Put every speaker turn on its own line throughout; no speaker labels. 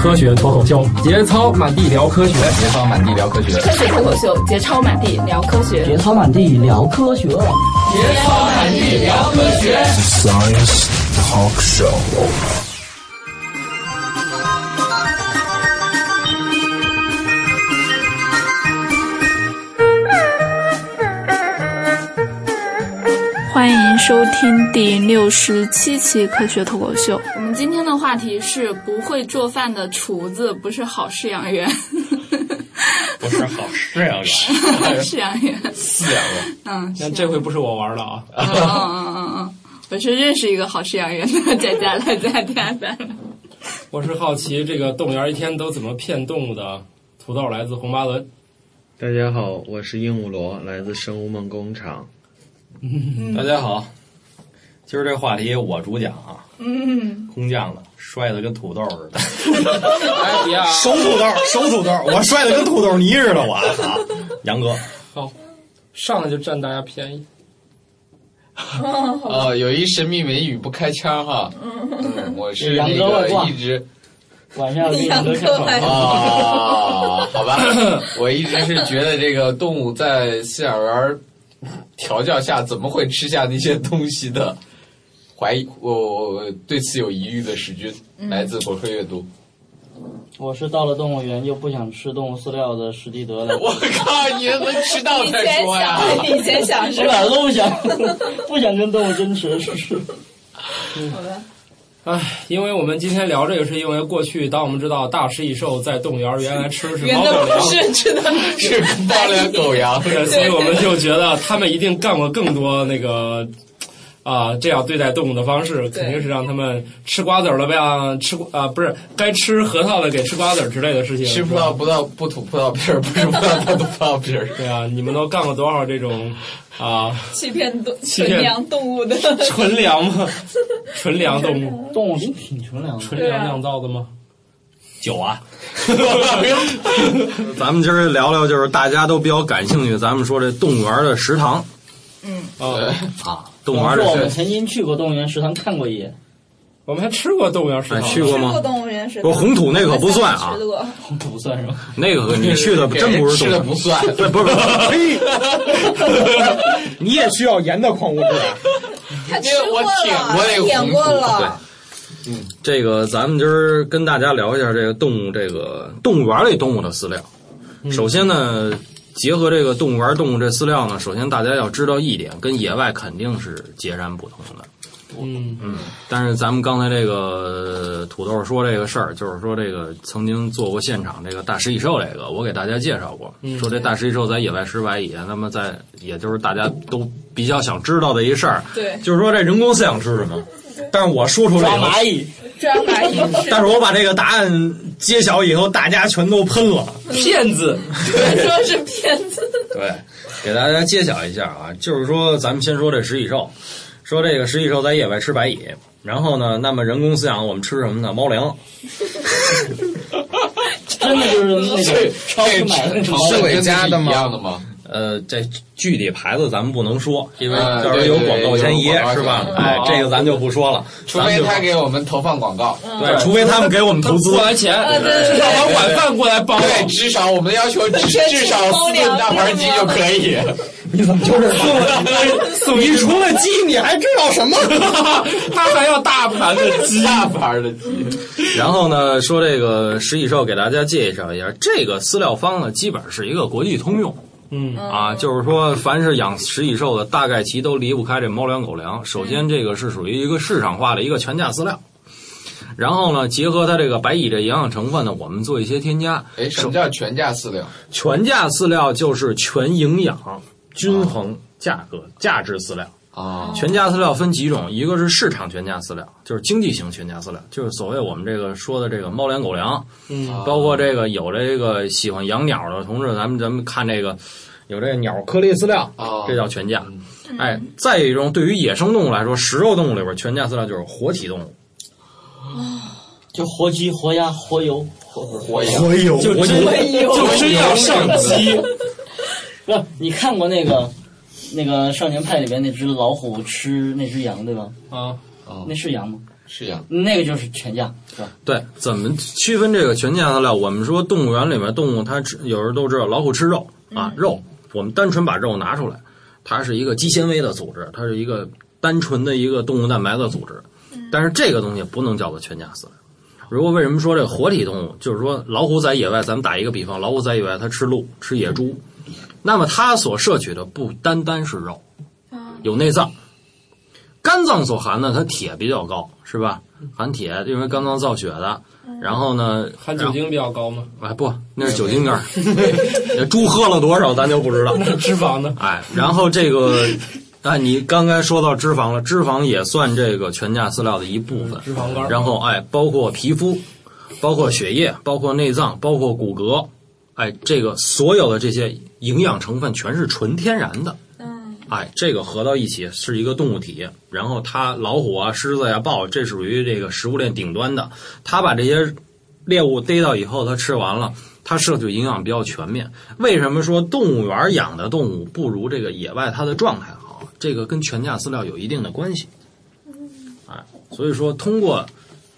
科学脱口秀，节操满地聊科学，
节操满地聊科学，
科学脱口秀，节操满地聊科学，
节操满地聊科学，节
操满地聊科学。
Science Talk Show。
欢迎收听第六十七期科学脱口秀。
我们今天的话题是不会做饭的厨子不是好饲养员，
不是好饲养
员，饲养员，
饲养员。
嗯，
但这回不是我玩的啊。
嗯嗯嗯嗯，我是认识一个好饲养员的，在家了，在家 了。
我是好奇这个动物园一天都怎么骗动物的。土豆来自红巴伦。
大家好，我是鹦鹉螺，来自生物梦工厂。
嗯、大家好，今儿这话题我主讲啊，
嗯，
空降的，摔的跟土豆似的，
哎别啊，
手土豆，手土豆，我摔的跟土豆泥似的，我操！杨哥，
好，上来就占大家便宜。
哦，有一神秘美女不开腔哈，嗯， 我是
杨
哥一直。
晚上
两个
啊，好吧，我一直是觉得这个动物在饲养员调教下怎么会吃下那些东西的，怀疑我我对此有疑虑的史军，来自火车阅读。
我是到了动物园又不想吃动物饲料的史蒂德了。
我靠，你能吃到再说呀？
你先想，
我哪儿都不想，不想跟动物争执，是不是？
好吧。
唉，哎因为我们今天聊这个，是因为过去当我们知道大吃一兽在动物园原来吃的是猫狗
粮，是吃的
是猫粮狗粮，
对，所以我们就觉得他们一定干过更多那个啊、呃，这样对待动物的方式，肯定是让他们吃瓜子了呗，吃啊、呃、不是该吃核桃了，给吃瓜子之类的事情。
吃葡萄葡萄不吐葡萄皮儿，不吃葡萄不吐葡萄皮儿。
对啊，你们都干过多少这种？啊！
欺骗动纯良动物的
纯良 吗？纯良动物，
动物是挺纯良的，
纯
啊
良酿造的吗？
酒啊！
咱们今儿聊聊，就是大家都比较感兴趣，咱们说这动物园的食堂。
嗯
啊，
动物园的
我们曾经去过动物园食堂看过一眼，
我们还吃过动物园食堂，
哎啊去过吗？
吃过动物园食
堂，不红土那可不算啊，
红 土不算是吧？
那个你去的真不是
吃的不算，
对， 不是，呸！你也需要盐的矿物质。
啊
他吃过了，
我
舔过了。
嗯，这个咱们今儿跟大家聊一下这个动物，这个动物园里动物的饲料。
嗯
首先呢，结合这个动物园动物这饲料呢，首先大家要知道一点，跟野外肯定是截然不同的。
嗯
嗯，但是咱们刚才这个土豆说这个事儿，就是说这个曾经做过现场这个大食蚁兽，这个我给大家介绍过，
嗯、
说这大食蚁兽在野外十百蚁，那么在也就是大家都比较想知道的一事儿，
对，
就是说这人工饲养是什么？但是我说出来
蚂蚁，
抓蚂蚁，
但是我把这个答案揭晓以后，大家全都喷了，
骗子，
说是骗子。
对，给大家揭晓一下啊，就是说咱们先说这食蚁兽。说这个食蚁兽在野外吃白蚁，然后呢，那么人工饲养我们吃什么呢？猫粮，
真的就是 那个超市买的，
市委家的吗？
呃，这具体牌子咱们不能说，因为到时候啊有广告嫌疑，是吧？哎，这个咱就不说了，
除非他给我们投放广告，
嗯
对，除非他们给我们投资，
过来钱，
啊
至少把晚饭过来包，
对，至少我们要 求至至少四顿大盘鸡就可 以。
你怎么就是 送？你除了鸡，你还知道什么？
他还要大盘的鸡，
大盘的鸡。
然后呢，说这个食蚁兽给大家介绍一下，这个饲料方呢，基本是一个国际通用。
嗯
啊，就是说，凡是养食蚁兽的，大概其都离不开这猫粮、狗粮。首先，这个是属于一个市场化的一个全价饲料。然后呢，结合它这个白蚁这营养成分呢，我们做一些添加。
哎，什么叫全价饲料？
全价饲料就是全营养、均衡价格、价值饲料。
啊，
全价饲料分几种，一个是市场全价饲料，就是经济型全价饲料，就是所谓我们这个说的这个猫粮、狗粮，
嗯，
啊
包括这个有这个喜欢养鸟的同志，咱们咱们看这个有这个鸟颗粒饲料，
哦
这叫全价。哎，再一种，对于野生动物来说，食肉动物里边全价饲料就是活体动物，
就活鸡、活鸭、活油，
活呀，
活油
就
活
真
油
就真要上鸡，
不 是你看过那个那个《少年派》里边那只老虎吃那只羊对吧？
啊，
那是羊吗？
是呀，
那个就是全价，是吧？
对，怎么区分这个全价饲料？我们说动物园里面动物它吃，有人都知道老虎吃肉啊，肉，我们单纯把肉拿出来，它是一个肌纤维的组织，它是一个单纯的一个动物蛋白的组织，但是这个东西不能叫做全价饲料。如果为什么说这个活体动物，就是说老虎在野外，咱们打一个比方，老虎在野外它吃鹿、吃野猪，那么它所摄取的不单单是肉，有内脏，肝脏所含的它铁比较高，是吧？含铁，因为肝脏造血的。然后呢，
含酒精比较高 嘛，
哎不，那是酒精肝儿， 那猪喝了多少咱就不知道。
脂肪呢？
哎，然后这 个，哎，你刚才说到脂肪了，脂肪也算这个全价饲料的一部分。
嗯脂肪肝。
然后哎，包括皮肤，包括血液，包括内脏，包括骨骼，哎，这个所有的这些营养成分全是纯天然的。
嗯，
哎，这个合到一起是一个动物体，然后它老虎啊、狮子呀、豹，这属于这个食物链顶端的。它把这些猎物逮到以后，它吃完了，它摄取营养比较全面。为什么说动物园养的动物不如这个野外它的状态好？这个跟全价饲料有一定的关系。哎，所以说通过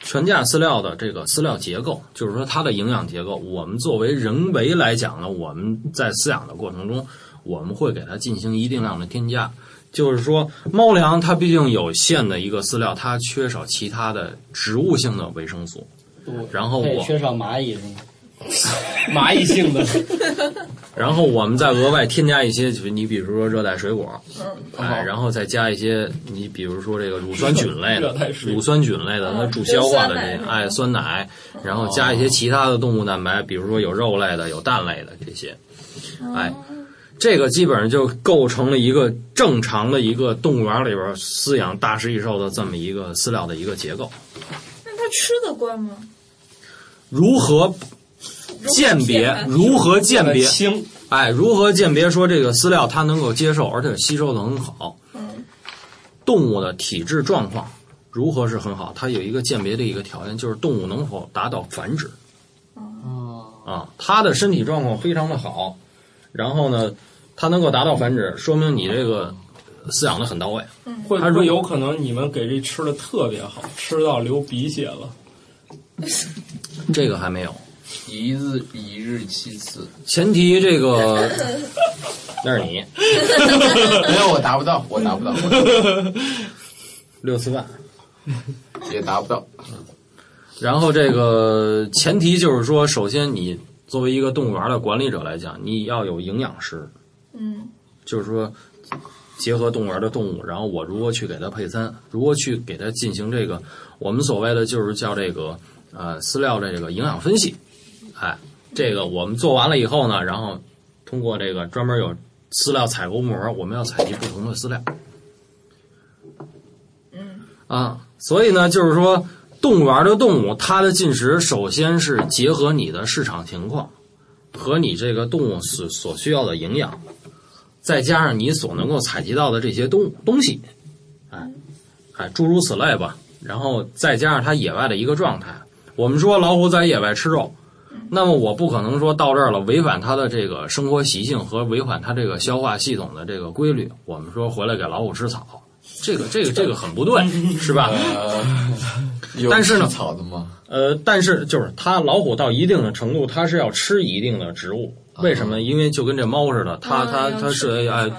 全价饲料的这个饲料结构，就是说它的营养结构，我们作为人为来讲呢，我们在饲养的过程中，我们会给它进行一定量的添加。就是说，猫粮它毕竟有限的一个饲料，它缺少其他的植物性的维生素。然后
它也
哦我
缺少蚂蚁是吗？
蚂蚁性的，
然后我们再额外添加一些，就是你比如说热带水果，哎，然后再加一些你比如说这个乳酸菌类
热
的
带，水果
乳酸菌类的它助消化的这
嗯
些，哎，酸奶，然后加一些其他的动物蛋白，比如说有肉类的、有蛋类的这些，哎，这个基本上就构成了一个正常的一个动物园里边饲养大食蚁兽的这么一个饲料的一个结构。
那它吃得惯吗？
如何鉴别？如何鉴别？
轻，
哎，如何鉴别说这个饲料它能够接受，而且吸收的很好？
嗯
动物的体质状况如何是很好？它有一个鉴别的一个条件，就是动物能否达到繁殖
哦，
啊，它的身体状况非常的好，然后呢，它能够达到繁殖，说明你这个饲养的很到位。
会
它如
不会有可能你们给这吃的特别好，吃到流鼻血了？
这个还没有，
一日一日七 次，
前提这个那是你
没有哎我达不到，我达不到，我
六次半。
也达不到。
然后这个前提就是说，首先你作为一个动物园的管理者来讲，你要有营养师，
嗯
就是说结合动物园的动物，然后我如何去给它配餐，如何去给它进行这个我们所谓的就是叫这个呃饲料的这个营养分析，哎，这个我们做完了以后呢，然后通过这个专门有饲料采购部门，我们要采集不同的饲料。啊，所以呢，就是说，动物园的动物，它的进食首先是结合你的市场情况和你这个动物所所需要的营养，再加上你所能够采集到的这些东东西，哎，哎，诸如此类吧。然后再加上它野外的一个状态，我们说老虎在野外吃肉，那么我不可能说到这儿了，违反它的这个生活习性和违反它这个消化系统的这个规律，我们说回来给老虎吃草，这个这个这个很不对，是吧？
呃，有
但是呢
吃草的吗？
呃，但是就是它老虎到一定的程度，它是要吃一定的植物。
啊
为什么呢？因为就跟这猫似的，它它它是哎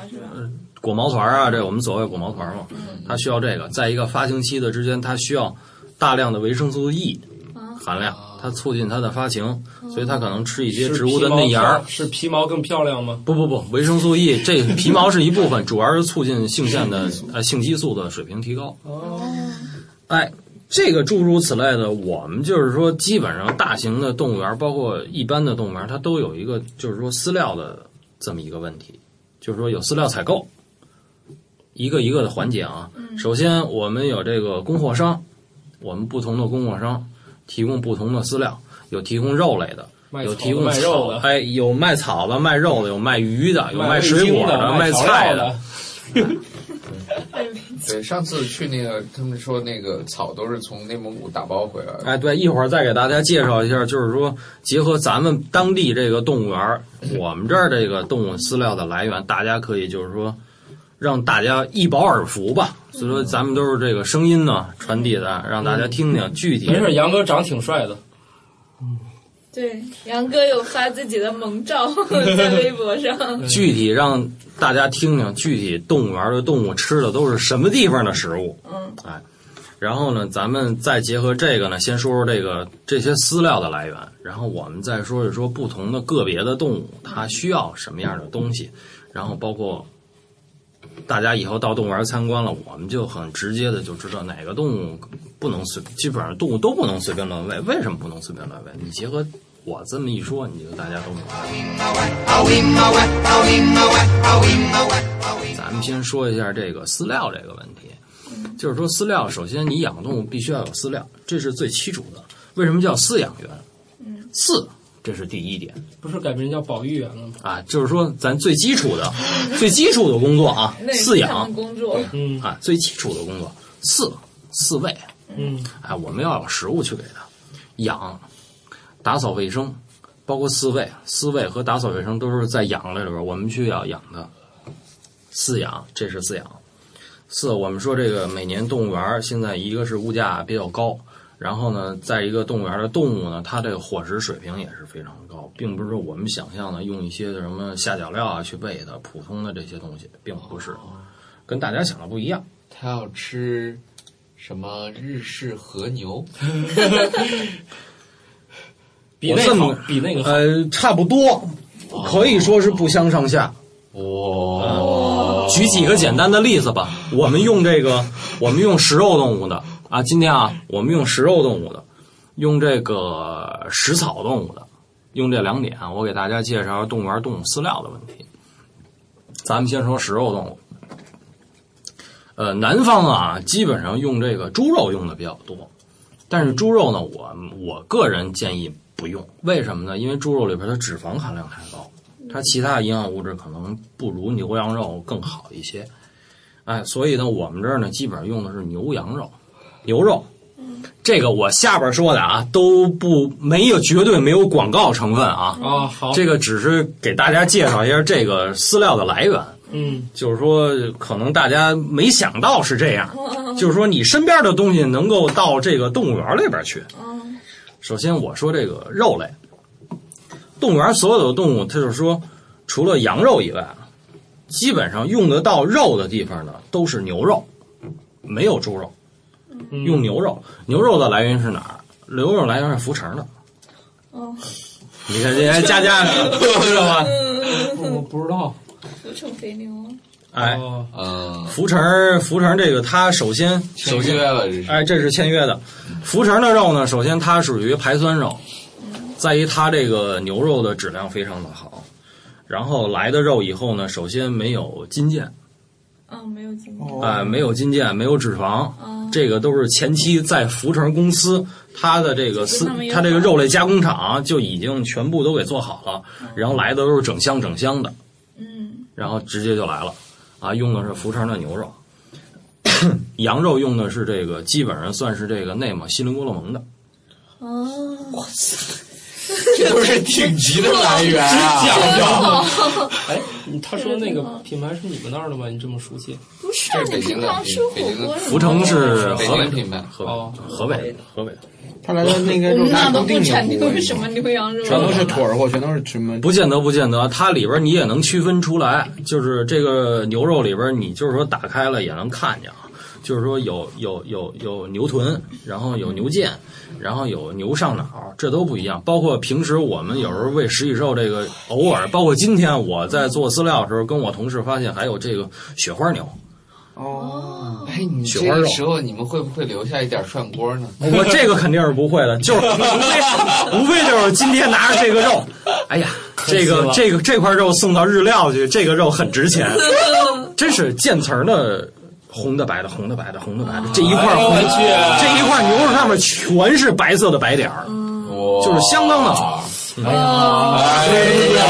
果毛团啊，这我们所谓果毛团嘛，它需要这个。在一个发情期的之间，它需要大量的维生素 E 含量，它促进它的发情，所以它可能吃一些
是
植物的
皮毛
嫩芽儿
漂。是皮毛更漂亮吗？
不不不，维生素 E 这皮毛是一部分，主要是促进性 腺的呃性激素的水平提高。哦，哎，这个诸如此类的，我们就是说，基本上大型的动物园，包括一般的动物园，它都有一个就是说饲料的这么一个问题，就是说有饲料采购，一个一个的环节啊。首先，我们有这个供货商，我们不同的供货商提供不同的饲料，有提供肉类的，
卖
有
草
提供
卖
草
肉的
哎，有卖草的、卖肉的，有卖鱼的，有卖
味
水
精
果
的、
卖
调
菜
料的，
对，上次去那个，他们说那个草都是从内蒙古打包回来的。
哎，对，一会儿再给大家介绍一下，就是说结合咱们当地这个动物园儿，我们这儿这个动物饲料的来源，大家可以就是说让大家一饱耳福吧。所以说，咱们都是这个声音呢传递的，让大家听听具体。
嗯没事，杨哥长挺帅的。
对，杨哥有发自己的萌照在微博上，
具体让大家听听，具体动物园的动物吃的都是什么地方的食物。
嗯，
哎，然后呢，咱们再结合这个呢，先说说这个这些饲料的来源，然后我们再说一说不同的个别的动物它需要什么样的东西，然后包括大家以后到动物园参观了，我们就很直接的就知道哪个动物不能随，基本上动物都不能随便乱喂。为什么不能随便乱喂？你结合我这么一说，你就大家都明白了。咱们先说一下这个饲料这个问题，就是说饲料，首先你养动物必须要有饲料，这是最基础的。为什么叫饲养员？饲，这是第一点
不是改名叫保育员了吗？
啊，就是说咱最基础的、最基础的工作啊，
那也
饲
是他
养
们工作。
嗯
啊，最基础的工作，饲饲喂，
嗯，
哎，我们要有食物去给它养，打扫卫生，包括饲喂，饲喂和打扫卫生都是在养类里边儿，我们去要养它。饲养，这是饲养。四，我们说这个每年动物园儿现在一个是物价比较高，然后呢，在一个动物园儿的动物呢，它这个伙食水平也是非常高，并不是说我们想象的用一些什么下脚料啊去喂它，普通的这些东西并不是，跟大家想的不一样。
他要吃什么日式和牛？
比那
我这
个
么
好比那个好。
呃，差不多，可以说是不相上下。
哇，
举几个简单的例子吧，我们用这个，我们用食肉动物的啊，今天啊，我们用食肉动物的，用这个食草动物的，用这两点啊，我给大家介绍动物园动物饲料的问题。咱们先说食肉动物，呃，南方啊，基本上用这个猪肉用的比较多，但是猪肉呢，我我个人建议不用，为什么呢？因为猪肉里边的脂肪含量太高。它其他营养物质可能不如牛羊肉更好一些。哎，所以呢，我们这儿呢，基本上用的是牛羊肉、牛肉。这个我下边说的啊，都不没有绝对没有广告成分啊，
啊，好，
这个只是给大家介绍一下这个饲料的来源。
嗯，
就是说，可能大家没想到是这样，就是说你身边的东西能够到这个动物园里边去。
嗯，
首先我说这个肉类，动物园所有的动物，它就是说，除了羊肉以外啊，基本上用得到肉的地方呢，都是牛肉，没有猪肉，
嗯
用牛肉。牛肉的来源是哪儿？牛肉来源是浮城的。
哦，
你看这些家家知道吗？
我不知道。
浮城肥牛啊，
哎，
哦
嗯，
浮城，浮城这个它首先
首先了这是。
哎，这是签约的。浮城的肉呢，首先它属于排酸肉，在于它这个牛肉的质量非常的好。然后来的肉以后呢，首先没有筋腱，
嗯，没有经验。
啊、没有筋腱，没有脂肪，
嗯，
这个都是前期在福成公司它的这个
就
司
是他们，有
它这个肉类加工厂就已经全部都给做好了，然后来的都是整箱整箱的，
嗯，
然后直接就来了，啊，用的是福成的牛肉， 羊肉用的是这个，基本上算是这个内蒙锡林郭勒盟的。
哦，
这都是顶级的来源啊！
哎，你他说那个品牌是你们那儿的吗？你这么熟悉？
不是
这，是北
你
京
平
的
常吃火锅什么的
福城是
嗯北
河
京
北
品牌，
河
哦
北河北的河北的，
他来的那个
我
肉
们那
它
都
不
不
定
产
牛
牛
骨，
什么牛羊肉，
全都是腿儿货，全都是什么？
不见得不见得，它里边你也能区分出来，就是这个牛肉里边，你就是说打开了也能看见啊，就是说有有有有牛臀，然后有牛腱，然后有牛上脑，这都不一样。包括平时我们有时候喂食蚁兽，这个偶尔，包括今天我在做资料的时候，跟我同事发现还有这个雪花牛，
哦，
哎，你
雪
这
花肉
个时候你们会不会留下一点涮锅呢？
我这个肯定是不会的，就是 无非无非就是今天拿着这个肉，哎呀，这个这个这块肉送到日料去，这个肉很值 钱，真是见词儿的。红的白的，红的白的，红的白的，这一块红，
哎呦我去
这一块牛肉上面全是白色的白点儿，
哇，
嗯就是相当的好。
哎呀，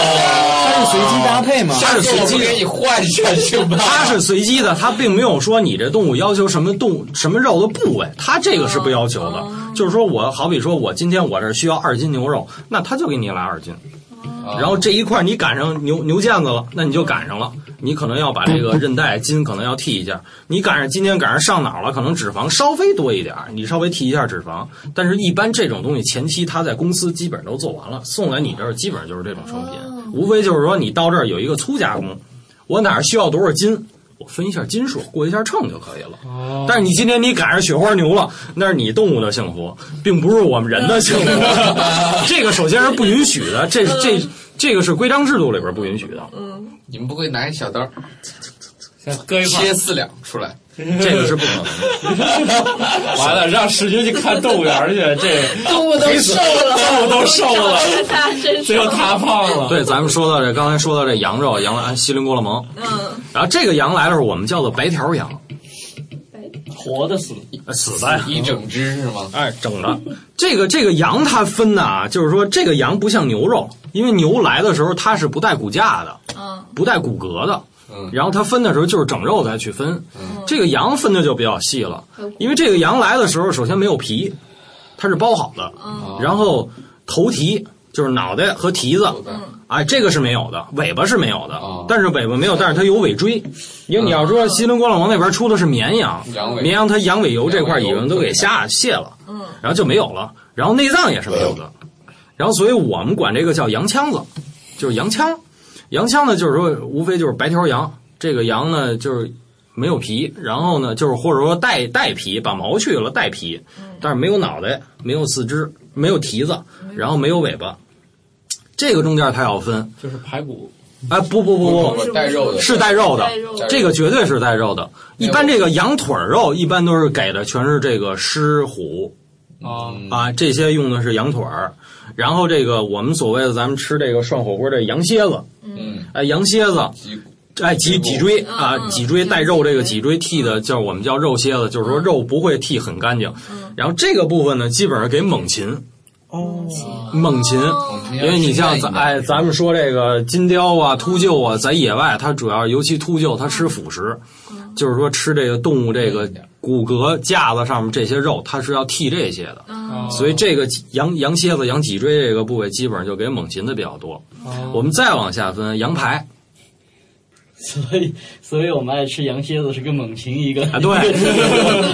它是随机搭配嘛？
它是随
我
机
们给
的，
你换下去吧。
它是随机的，它并没有说你这动物要求什么动什么肉的部位，它这个是不要求的。就是说我好比说我今天我这需要二斤牛肉，那他就给你来二斤。
啊
然后这一块你赶上牛牛腱子了，那你就赶上了，你可能要把这个韧带筋可能要剃一下。你赶上今天赶上上脑了，可能脂肪稍微多一点儿，你稍微剃一下脂肪。但是，一般这种东西前期他在公司基本都做完了，送来你这儿基本上就是这种成品，无非就是说你到这儿有一个粗加工，我哪儿需要多少斤。我分一下斤数，过一下秤就可以了。
哦
但是你今天你赶上雪花牛了，那是你动物的幸福，并不是我们人的幸福。 这个首先是不允许的，这这这个是规章制度里边不允许的。
嗯，你们不会拿一小刀，
割一块
切四两出来，
这个是不可能
的。 完了，让世军去看动物园去，这
动物都
赔死
瘦了，
动物都瘦了，
他身上
只有他胖了。
对，咱们说到这，刚才说到这羊肉，羊来锡林郭勒盟，
嗯，
然后这个羊来的时候，我们叫做白条羊，
活的死
呃死的
一整只是吗？
哎，整的。这个这个羊它分的啊，就是说这个羊不像牛肉，因为牛来的时候它是不带骨架的，
嗯，
不带骨骼的。
嗯
然后它分的时候就是整肉再去分，这个羊分的就比较细了，因为这个羊来的时候首先没有皮，它是包好的，然后头蹄就是脑袋和蹄子，哎，这个是没有的，尾巴是没有的，但是尾巴没有，但是它有尾椎，因为你要说锡林郭勒盟那边出的是绵嗯羊，绵羊它羊尾油这块已经都给下卸了，然后就没有了，然后内脏也是没有的，然后所以我们管这个叫羊腔子，就是羊腔。羊腔呢，就是说无非就是白条羊，这个羊呢就是没有皮，然后呢就是或者说带带皮，把毛去了带皮，但是没有脑袋，没有四肢，没有蹄子，然后没有尾巴，这个中间它要分，
就是排骨。
哎，不不不
不不带肉的
是带肉的
带肉，的
这个绝对是带肉的。一般这个羊腿儿肉一般都是给的全是这个狮虎，
啊
啊，这些用的是羊腿儿，然后这个我们所谓的咱们吃这个涮火锅这羊蝎子，
嗯，
哎，羊蝎子，哎，脊脊椎啊，脊椎带肉，这个脊椎剃的叫我们叫肉蝎子，就是说肉不会剃很干净。然后这个部分呢，基本上给猛禽。哦，嗯猛禽，因为你像咱哎，咱们说这个金雕啊、秃鹫啊，在野外它主要尤其秃鹫，它吃腐食，就是说吃这个动物这
嗯
个骨骼架子上面这些肉，它是要剔这些的。
哦
所以这个羊羊蝎子、羊脊椎这个部位，基本上就给猛禽的比较多。
哦
嗯
我们再往下分，羊排，
所以所以我们爱吃羊蝎子是跟猛禽一个
啊 对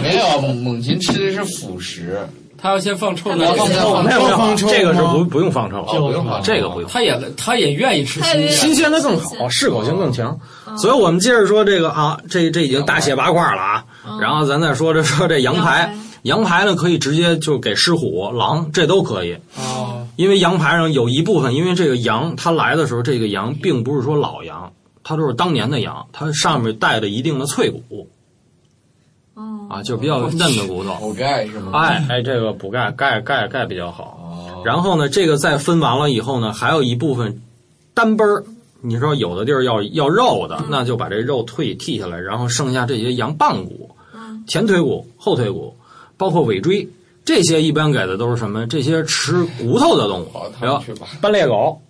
没有猛禽吃的是腐食，
他要先放臭
他
的，
要先放
没有没有，这个是不不用放臭
哦不用放臭
这个不用。
他也他也愿意吃新鲜，
新鲜的更好，哦适口性更强。所以我们接着说这个啊，这这已经大卸八块了啊。然后咱再说这说这羊排，羊排呢可以直接就给狮虎、狼，这都可以。
哦，
因为羊排上有一部分，因为这个羊它来的时候，这个羊并不是说老羊，它都是当年的羊，它上面带着一定的脆骨。啊，就是比较嫩的骨头，
补钙是吗？
哎哎，这个补钙，钙钙钙比较好。然后呢，这个再分完了以后呢，还有一部分单杯儿。你说有的地儿要要肉的，那就把这肉退剃下来，然后剩下这些羊棒骨、前腿骨、后腿骨，包括尾椎，这些一般给的都是什么？这些吃骨头的动物，
哦
比如斑鬣狗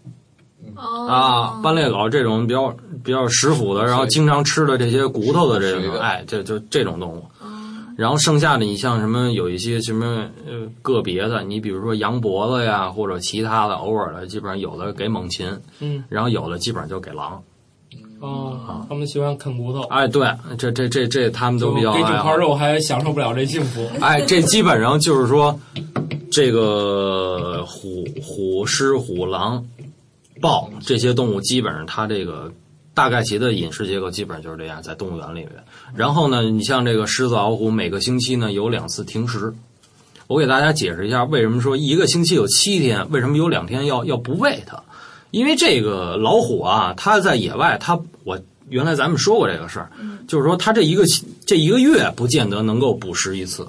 哦
啊，斑鬣狗这种比较比较食腐的，然后经常吃的这些骨头的这种，哎，这就这种动物。然后剩下的你像什么有一些什么呃个别的，你比如说羊脖子呀，或者其他的，偶尔的，基本上有的给猛禽，
嗯，
然后有的基本上就给狼。
哦，他们喜欢啃骨头，
哎，对，这这这这他们都比较
给整
爱
块
好。
肉还享受不了这幸福。
哎，这基本上就是说，这个虎、虎、狮、虎、狼、豹这些动物，基本上它这个大概其的饮食结构基本上就是这样，在动物园里面。然后呢，你像这个狮子、老虎，每个星期呢有两次停食。我给大家解释一下，为什么说一个星期有七天，为什么有两天要要不喂它？因为这个老虎啊，它在野外，它我原来咱们说过这个事儿，就是说它这一个这一个月不见得能够捕食一次，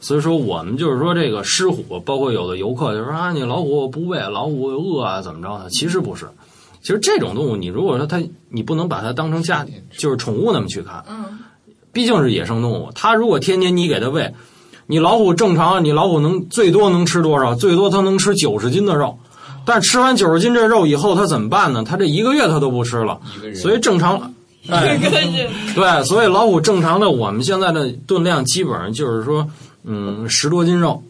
所以说我们就是说这个狮虎，包括有的游客就说啊，你老虎不喂，老虎饿啊，怎么着的？其实不是，其实这种动物，你如果说它，你不能把它当成家就是宠物那么去看，
嗯，
毕竟是野生动物，它如果天天你给它喂，你老虎正常，你老虎能最多能吃多少？最多它能吃九十斤的肉，但吃完九十斤这肉以后，它怎么办呢？它这一个月它都不吃了，所以正常。哎，对，所以老虎正常的，我们现在的炖量基本上就是说，嗯，十多斤肉，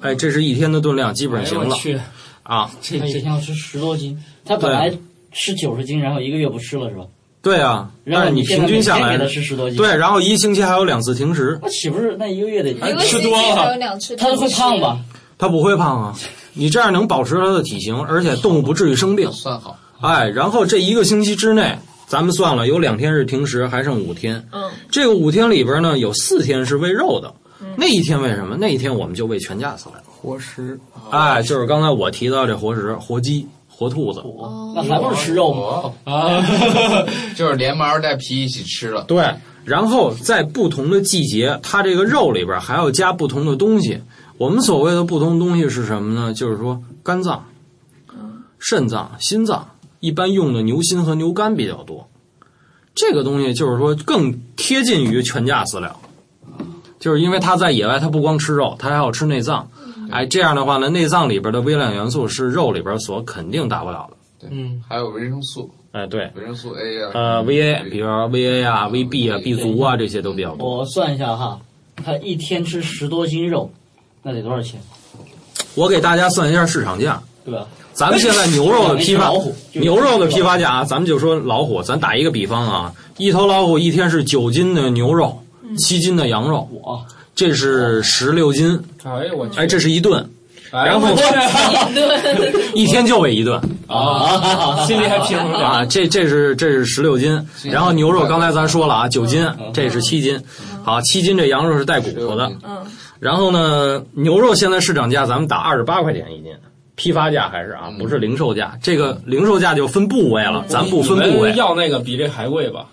哎，这是一天的炖量，基本上行
哎呦我
了。
去
啊，
它一天要吃十多斤，它本来吃九十斤，然后一个月不吃了是吧？
对啊，
然
但
后
是你
现在
平均下
每
来
天给它吃十多斤，
对，然后一星期还有两次停食，
那岂不是那一个月得
一个星期还有？两次，
它会胖吧？？
它不会胖啊，你这样能保持它的体型，而且动物不至于生病。
算好，
哎，然后这一个星期之内，咱们算了，有两天是停食，还剩五天。
嗯，
这个五天里边呢，有四天是喂肉的，那一天为什么？那一天我们就喂全家饲料。
伙食，
哎，就是刚才我提到这活食、活鸡、活兔子，
那还不是吃肉吗？
啊，
就是连毛带皮一起吃了。
对，然后在不同的季节，它这个肉里边还要加不同的东西。我们所谓的不同东西是什么呢？就是说肝脏、肾脏、心脏，一般用的牛心和牛肝比较多。这个东西就是说更贴近于全价饲料，就是因为它在野外，它不光吃肉，它还要吃内脏。哎，这样的话呢，内脏里边的微量元素是肉里边所肯定达不到的。
嗯，
还有维生素，
哎，对，
维生素 A 啊，
呃，VA，比如说 VA 啊、VB 啊、B 族啊，这些都比较多。
我算一下哈，它一天吃十多斤肉，那得多少钱？
我给大家算一下市场价，
对吧？
咱们现在牛肉的批发
养一只老虎，
牛肉的批发价啊，咱们就说老虎，咱打一个比方啊，一头老虎一天是九斤的牛肉，七斤的羊肉，
我
这是十六斤，
哎我去，
哎，这是一顿，
哎
然后 一天就喂一顿
啊， 心里还平衡点。
啊，这这是这是十六斤，然后牛肉刚才咱说了啊，九斤，这是七斤，好，七斤这羊肉是带骨头的，
嗯，
然后呢，牛肉现在市场价咱们打二十八块钱一斤，批发价还是啊，不是零售价。这个零售价就分部位了，咱不分
你
部
们
位。
要那个比这还贵吧？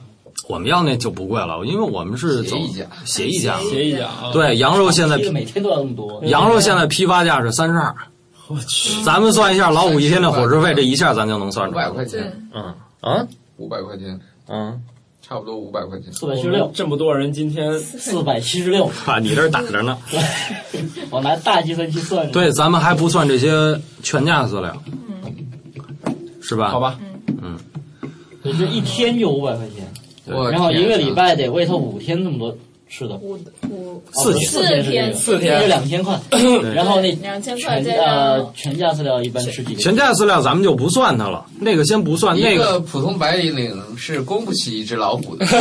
我们要那就不贵了，因为我们是走
协议价
协议价嘛。
协议价啊，
对，羊肉现在
这个每天都要那么多，
羊肉现在批发价是三十二，
我去，
咱们算一下老虎一天的伙食费，这一下咱就能算
五
出
百
来。
块
对
钱，，
嗯啊
五百块钱，
嗯，
差不多五百块钱。
四百七
我
十
们
六，
这么多人今天
四百七十六，
啊，你这打着呢。
我拿大计算器算着。
对，咱们还不算这些全价饲料，是吧？
好，吧，
嗯可是一天就五百块钱，
对
我
然后一
天
啊
个
哪
礼拜得喂它五天那么多吃的，
五五
四天
哦不是四天
四
是这个，就两千块。然后那
两千块
全
再
呃
让
全价饲料一般吃几个？
全价饲料咱们就不算它了，那个先不算，那
一个普通白领是供不起一只老虎的。
是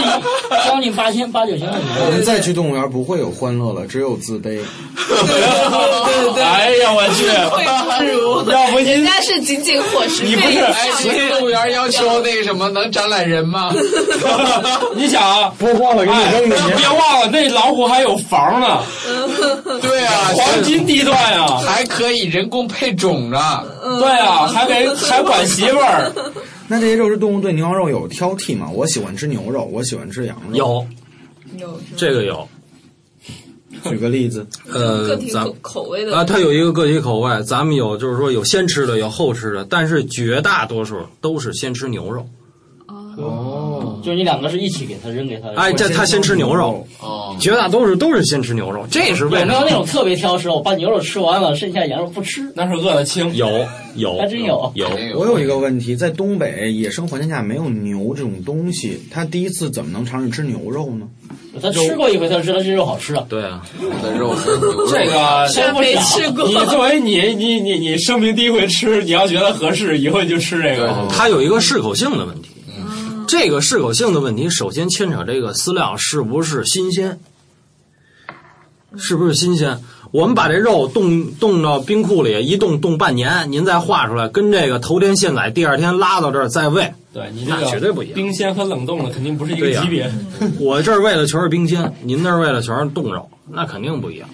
一将近八千八九千块
我
钱。
们再去动物园不会有欢乐了，只有自卑。
哎呀，我去，要不
人
您
家是仅仅伙食
你不
费
是
上
哎，你们动物园要求那个什么能展览人吗？
你想啊，
播光了给
哎，
你扔进
别
去，
忘了那老虎还有房呢，
对啊，
黄金地段呀，
还可以人工配种呢。
嗯
对啊，还给还管媳妇儿，
那这些肉食动物对牛羊肉有挑剔吗？我喜欢吃牛肉，我喜欢吃羊肉。
有
有
这个有，
举个例子，
呃
个，体
咱
口口味
啊，
的，
它有一个个体口味，咱们有就是说有先吃的，有后吃的，但是绝大多数都是先吃牛肉。
哦，
就是你两个是一起给它扔给它。
哎，这他先吃牛肉，，
哦，
绝大多数都是先吃牛肉，这是为
有没
什
有
么
那？种特别挑食？我把牛肉吃完了，剩下羊肉不吃？
那是饿得轻。
有有，
还真有
有。
没
我有一个问题，在东北野生环境下没有牛这种东西，他第一次怎么能尝试吃牛肉呢？
他吃过一回，他就知道这肉好吃啊。
对啊，
的肉是牛肉
这个，
真
没吃过
你作为你你你你生平第一回吃，你要觉得合适，以后你就吃这个。
它有一个适口性的问题。这个适口性的问题，首先牵扯这个饲料是不是新鲜，是不是新鲜？我们把这肉冻冻到冰库里，一冻冻半年，您再化出来，跟这个头天现宰，第二天拉到这儿再喂，
对你这
那
个
绝对不一样。
冰鲜和冷冻的肯定不是一
对
个
呀
级别。
我这儿喂的全是冰鲜，您那儿喂的全是冻肉，那肯定不一样，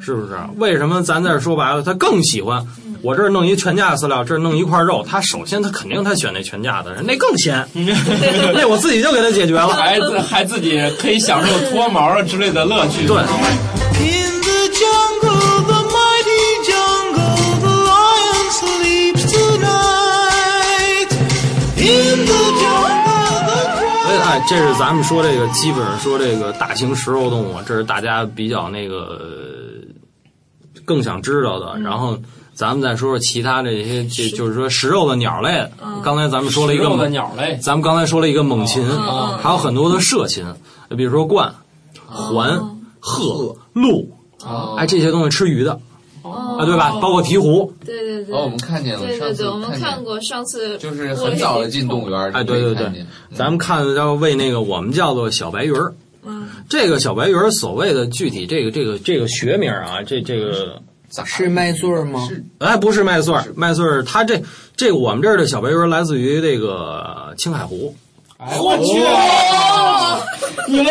是不是？为什么咱这儿说白了，他更喜欢我这儿弄一全价饲料，这儿弄一块肉，他首先他肯定他选那全价的，那更鲜，那我自己就给他解决了。
还自还自己可以享受脱毛啊之类的乐趣。
对，
In the jungle, the mighty jungle, the lion sleeps tonight. In the jungle, the
所
crowd.
以哎，这是咱们说这个，基本上说这个大型食肉动物，这是大家比较那个呃更想知道的。然后咱们再说说其他这些，这就是说食肉的鸟类。刚才咱们说了一个
肉的鸟类，
咱们刚才说了一个猛禽，啊还有很多的涉禽，比如说哦鹳、环、鹤、鹿，哎，这些东西吃鱼的，啊，对吧？包括鹈鹕，
哦对对对。
哦，我们看见了，
对
上
对
次
对，我们
看见
看过上次
就是很早的进动物园儿，
哎，对对对，咱们看要喂那个我们叫做小白鱼儿。这个小白鱼儿所谓的具体这个这个这个学名啊，这这个
是麦穗儿吗？
哎，不是麦穗儿，麦穗儿它这这个我们这儿的小白鱼儿来自于这个青海湖。
我去！你们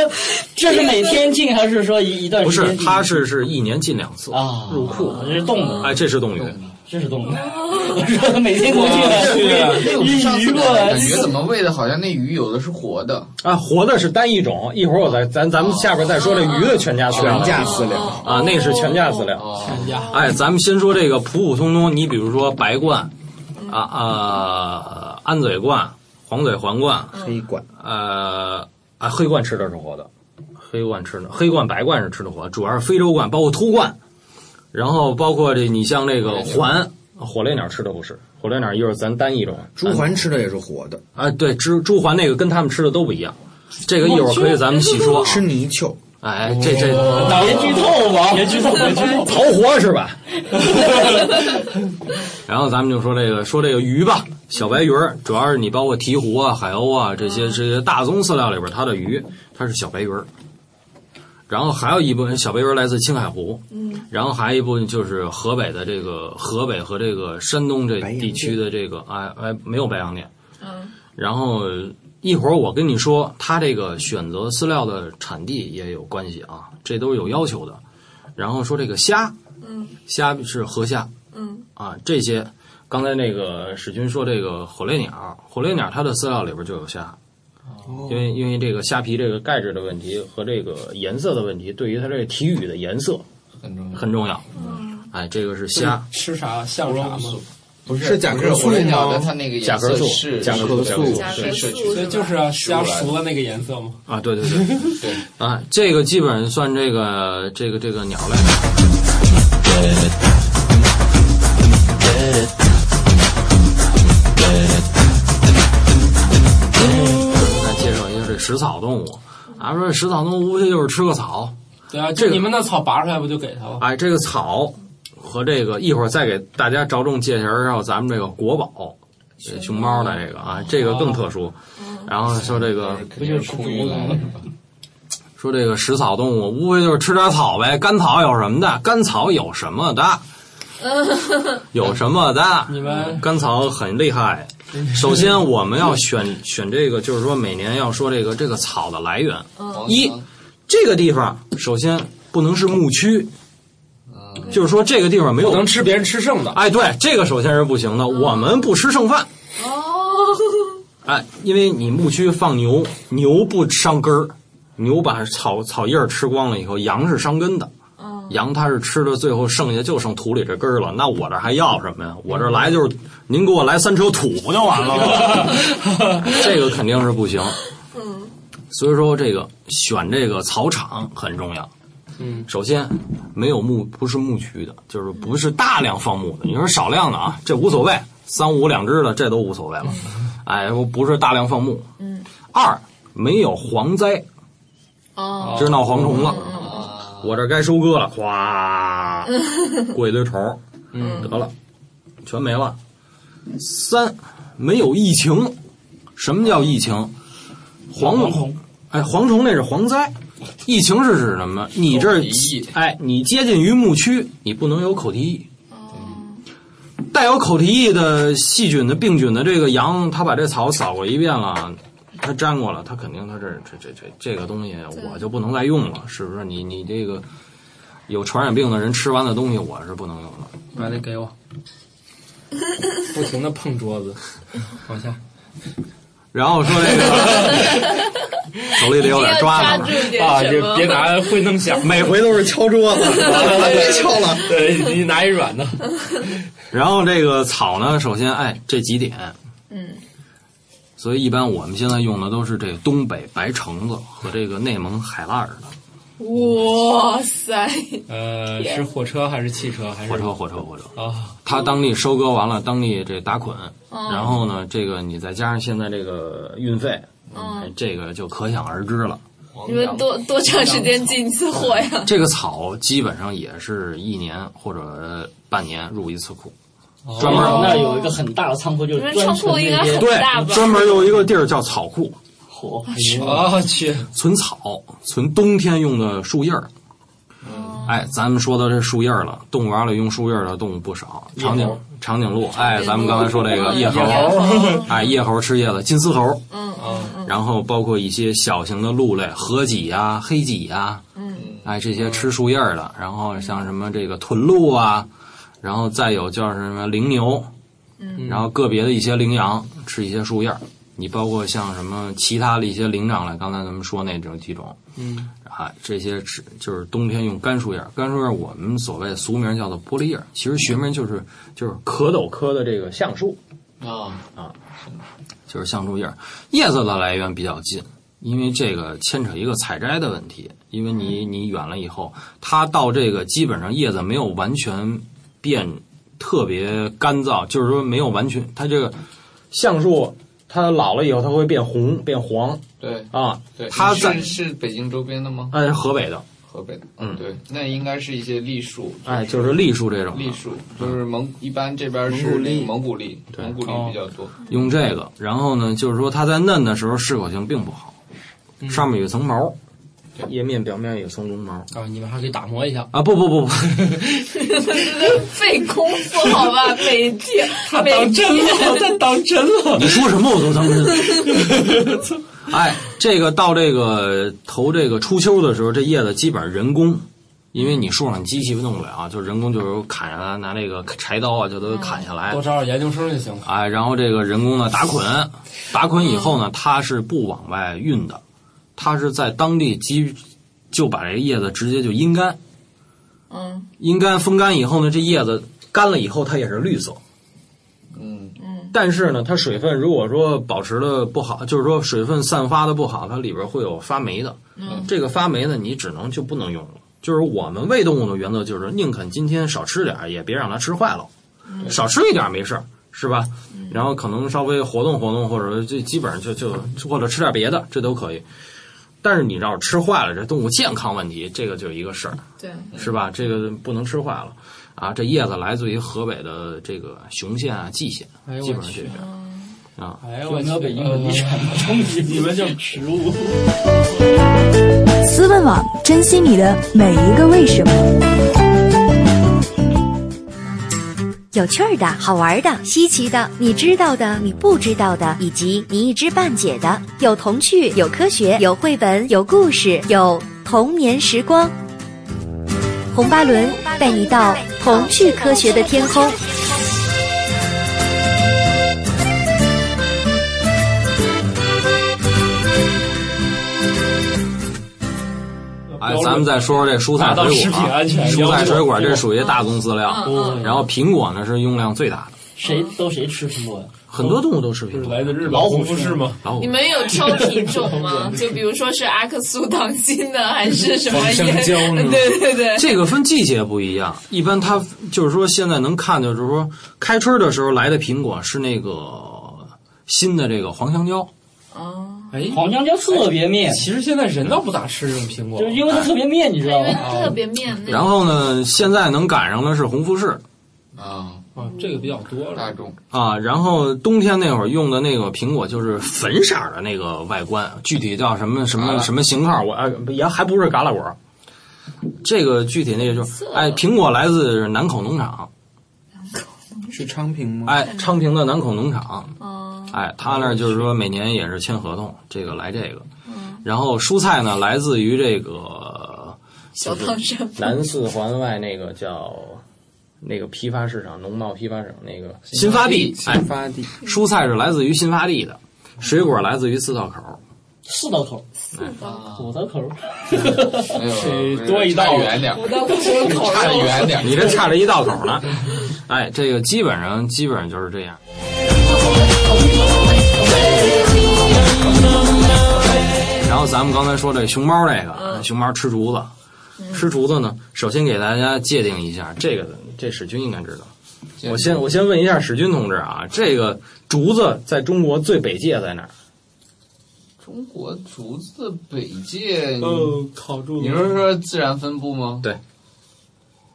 这是每天进还是说一一段
不
时
是，
间进？
它是是哎一年哦进两次
啊，
入库
这是冻的，
哎，这是冻鱼，
这是冻的。我说每天都进
我去
来，
上
一
次
鱼过来，
感觉怎么喂的，好像那鱼有的是活的，
啊，活的是单一种，一会儿我再咱咱们下边再说这鱼的全家饲料，
全哦价饲料
啊，那是全价饲料，
全
家。
哎，咱们先说这个普普通通，你比如说白冠，啊啊，安嘴冠、黄嘴环冠、
黑冠，
呃啊，黑冠吃的是活的，黑冠吃的，黑冠白冠是吃的活的，主要是非洲冠，包括秃冠，然后包括这你像这个环。火烈鸟吃的不是，火烈鸟一会儿咱单一种。
朱鹮吃的也是活的，
啊，对，猪猪环那个跟他们吃的都不一样，这个一会儿可以咱们细说。啊
吃泥鳅，
哎，这这呃
别剧透吧，别剧透，别剧透，
逃活是 吧？然后咱们就说这个说这个鱼吧，小白鱼儿，主要是你包括鹈鹕啊、海鸥啊这些这些大宗饲料里边，它的鱼它是小白鱼儿。然后还有一部分小白鱼儿来自青海湖，
嗯，
然后还有一部分就是河北的这个河北和这个山东这地区的这个哎哎没有白洋淀，
嗯，
然后一会儿我跟你说，它这个选择饲料的产地也有关系啊，这都是有要求的。然后说这个虾，
嗯
虾是河虾
嗯
啊，这些刚才那个史军说这个火烈鸟，火烈鸟它的饲料里边就有虾，
哦
因为因为这个虾皮这个钙质的问题和这个颜色的问题，对于它这个体羽的颜色
很重要，
很重要。哎，这个是虾，
吃啥像啥吗？
不
是甲壳素
我是鸟
吗
的，？它那个
甲
颜
壳
色
素
是
甲壳素
是
甲壳素
是是是
所以就是啊，虾熟了那个颜色吗？
啊，对对对，
对
啊，这个基本上算这个这个这个鸟类。来介绍一下这食草动物，啊，说食草动物无非就是吃个草，
对啊，
这
就
个
你们那草拔出来不就给他了？
哎，这个草和这个一会儿再给大家着重介绍绍咱们这个国宝。呃熊猫的这个啊，这个更特殊。然后说这个
不就是空鱼来了？
说这个食草动物，无非就是吃点草呗。甘草有什么的？甘草有什么的？有什么的？
你们
甘草很厉 害。首先，我们要选选这个，就是说每年要说这个这个草的来源。一，这个地方首先不能是牧区，就是说这个地方没有
啊不能吃别人吃剩的。
哎，对，这个首先是不行的。我们不吃剩饭，
哦，
哎，因为你牧区放牛，牛不伤根儿，牛把草草叶儿吃光了以后，羊是伤根的。羊它是吃的，最后剩下就剩土里这根儿了。那我这还要什么呀？我这来就是您给我来三车土不就完了吗？这个肯定是不行。
嗯，
所以说这个选这个草场很重要。
嗯，
首先没有牧不是牧区的，就是不是大量放牧的。你说少量的啊，这无所谓，三五两只的这都无所谓了。哎，不是大量放牧。
嗯，
二没有蝗灾，
哦，
这闹蝗虫了。我这该收割了，哗，过一堆虫儿，
嗯，
得了，全没了。三，没有疫情。什么叫疫情？蝗
蝗虫，
哎，蝗虫那是蝗灾。疫情是指什么？你这
口蹄疫
哎，你接近于牧区，你不能有口蹄疫。带有口蹄疫的细菌的病菌的这个羊，它把这草扫过一遍了，它粘过了，它肯定它这这这这这个东西我就不能再用了，是不是？你你这个有传染病的人吃完的东西，我是不能用的。
把那给我，不停的碰桌 子，往下。
然后说这个手里得有 点抓
哦一
呢
定要抓住
啊，
点什
就
么
别拿会弄 响，
每回都是敲桌子，
别
敲了。
对你拿一软的，
然后这个草呢，首先哎这几点，
嗯
所以一般我们现在用的都是这个东北白橙子和这个内蒙海拉尔的
哇塞，
呃，是火车还是汽车还是
火车火车火车。
啊？
它当地收割完了，当地这打捆，
哦
然后呢，这个你再加上现在这个运费，
嗯
哎这个就可想而知了。
你们多多长时间进一次货 呀？
这个草基本上也是一年或者半年入一次库，
哦
专门
那有一个很大的仓库，就是
你们
专
仓库
存
应
那
该
些
很大吧？
对专门有一个地儿叫草库。
嚯！
我啊去，
存草，存冬天用的树叶儿。哎，咱们说到这树叶儿了，动物园里用树叶儿的动物不少，
叶猴
长颈长颈鹿，哎，咱们刚才说这个
呃
嗯
叶猴
叶猴，
哎，叶猴吃叶子，金丝猴，
嗯
然后包括一些小型的鹿类，河脊呀、黑脊呀、
嗯
哎，这些吃树叶儿的，然后像什么这个豚鹿啊，然后再有叫什么羚牛，
嗯
然后个别的一些羚羊吃一些树叶儿，你包括像什么其他的一些灵长类，刚才咱们说那种几种，
嗯
啊，这些是就是冬天用干树叶儿，干树叶儿我们所谓俗名叫做玻璃叶儿，其实学名就是就是壳斗科的这个橡树，
啊
啊，就是橡树叶儿。叶子的来源比较近，因为这个牵扯一个采摘的问题，因为你你远了以后，它到这个基本上叶子没有完全变特别干燥，就是说没有完全它这个橡树它老了以后它会变红变黄
对
啊，
对，
它
你
在
是是北京周边的吗？
哎是河北的。
河北的，
嗯
对，那应该是一些栗树，
哎，就是栗树这种的
栗树就是蒙，一般这边是那个蒙古栗，
对哦
蒙古栗比较多。
用这个，然后呢，就是说它在嫩的时候适口性并不好，上面有一层毛，叶面表面有层绒毛
啊，你们还可以打磨一下。
啊！不不不不，
费功夫好 吧，每天
他
每
当真
天
了，他当真了。
你说什么我都当真。哎，这个到这个头这个初秋的时候，这叶子基本上人工，因为你树上机器弄不了，就人工就是砍下来，拿那个柴刀啊就都砍下来
多。找找研究生就行了。
哎，然后这个人工呢打捆，打捆以后呢，它是不往外运的，它是在当地基就把这个叶子直接就阴干，
嗯
阴干风干以后呢，这叶子干了以后它也是绿色。
嗯
嗯
但是呢，它水分如果说保持的不好，就是说水分散发的不好，它里边会有发霉的。
嗯
这个发霉呢，你只能就不能用了。就是我们喂动物的原则就是宁肯今天少吃点儿，也别让它吃坏了，
嗯
少吃一点儿没事儿，是吧？然后可能稍微活动活动，或者就基本上就就或者吃点别的，这都可以。但是你要是吃坏了，这动物健康问题，这个就一个事儿。
对，
是吧？这个不能吃坏了啊！这叶子来自于河北的这个雄县啊、蓟县
哎，呦
基
我
本上
去
这边啊。
哎呦
有
我
没有北京的
遗产
冲击你们就植物？
思问网珍惜你的每一个为什么。有趣儿的、好玩的、稀奇的，你知道的、你不知道的，以及你一知半解的，有童趣，有科学，有绘本，有故事，有童年时光。红巴伦带你到童趣科学的天空。
哎，咱们再说说这蔬菜
达到
水
食
果
品
啊，
安全
蔬菜
要求
水果这属于大宗饲料
嗯嗯，嗯
然后苹果呢是用量最大的，
谁都谁吃苹果呀？
很多动物都吃苹果。哦
来自日本
老虎
红富士吗？
老虎
你们有挑品种 吗？就比如说是阿克苏糖心的，还是什么
黄
烟？
生姜呢
对对对，
这个分季节不一样，一般它就是说现在能看就是说开春的时候来的苹果是那个新的这个黄香蕉，
哦
哎，
黄香蕉特别面，
其实现在人倒不咋吃这种苹果，
就是因为它特别面，你知道
哎
吗？
哦
特别面
嗯
那
然后呢现在能赶上的是红富士，
啊
啊，这个比较多
大众
啊，然后冬天那会儿用的那个苹果就是粉色儿的那个外观，具体叫什么什么什么型号，我哎也还不是嘎啦果儿。这个具体那个就是，哎，苹果来自南口农场，
是昌平吗？
哎，昌平的南口农场，
嗯
哎，他那儿就是说每年也是签合同，这个来这个，然后蔬菜呢来自于这个
小
就是
汤山
南四环外那个叫那个批发市场，农贸批发市场那个
新
新
发
发
地
地，哎
新发地
蔬菜是来自于新发地的，水果来自于四道口。
四道口，四道五道口，哎
多一道
远点儿，
五道口是口
差得远点儿，
你这差了一道口呢。哎，这个基本上基本上就是这样。然后咱们刚才说这熊猫这个，熊猫吃竹子，吃竹子呢，首先给大家界定一下，这个这史军应该知道。我先我先问一下史军同志啊，这个竹子在中国最北界在哪儿？
中国竹子北界，
哦，烤住
你是说自然分布吗？
对，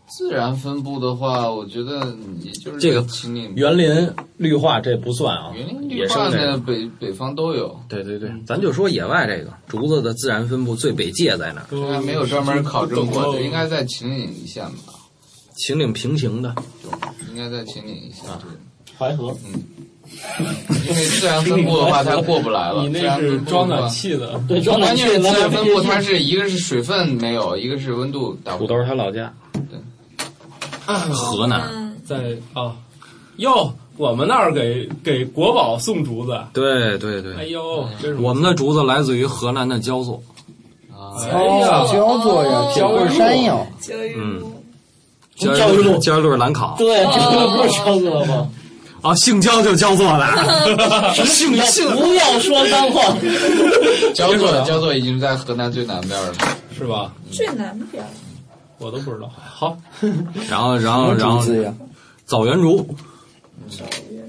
自然分布的话，我觉得也就是
这个
秦岭
园林绿化这不算啊，
绿
野
化
生这
呢，
个。
北北方都有，
对对对，咱就说野外这个竹子的自然分布最北界在哪儿？
这还没有专门考证过的，应该在秦岭以下吧？
秦岭平行的，
应该在秦岭以下。
淮河。
嗯，因为自然分布的话，它过不来了。
你那
自然分
是
布的话
装暖气的，
关键是自然分布，它是一个是水分没有，一个是温度达不到。土豆
他老家，
河
南
在啊，哟，我们那儿给给国宝送竹子，
对对
哎
对，
呦，真是
我们的竹子来自于河南的焦作。
哎呀
哦
啊焦作
哦
呀，铁棍山药，
嗯，
焦
焦
裕禄
焦裕禄是兰考，
对，这个不是焦作吗？
啊，姓焦就焦作了，
什么
姓姓
不要说脏话，
焦作，焦作已经在河南最南边了，
是吧？
最南边儿，
我都不知道。好，
然后然
什
后啊然
么
后
竹子
枣园竹。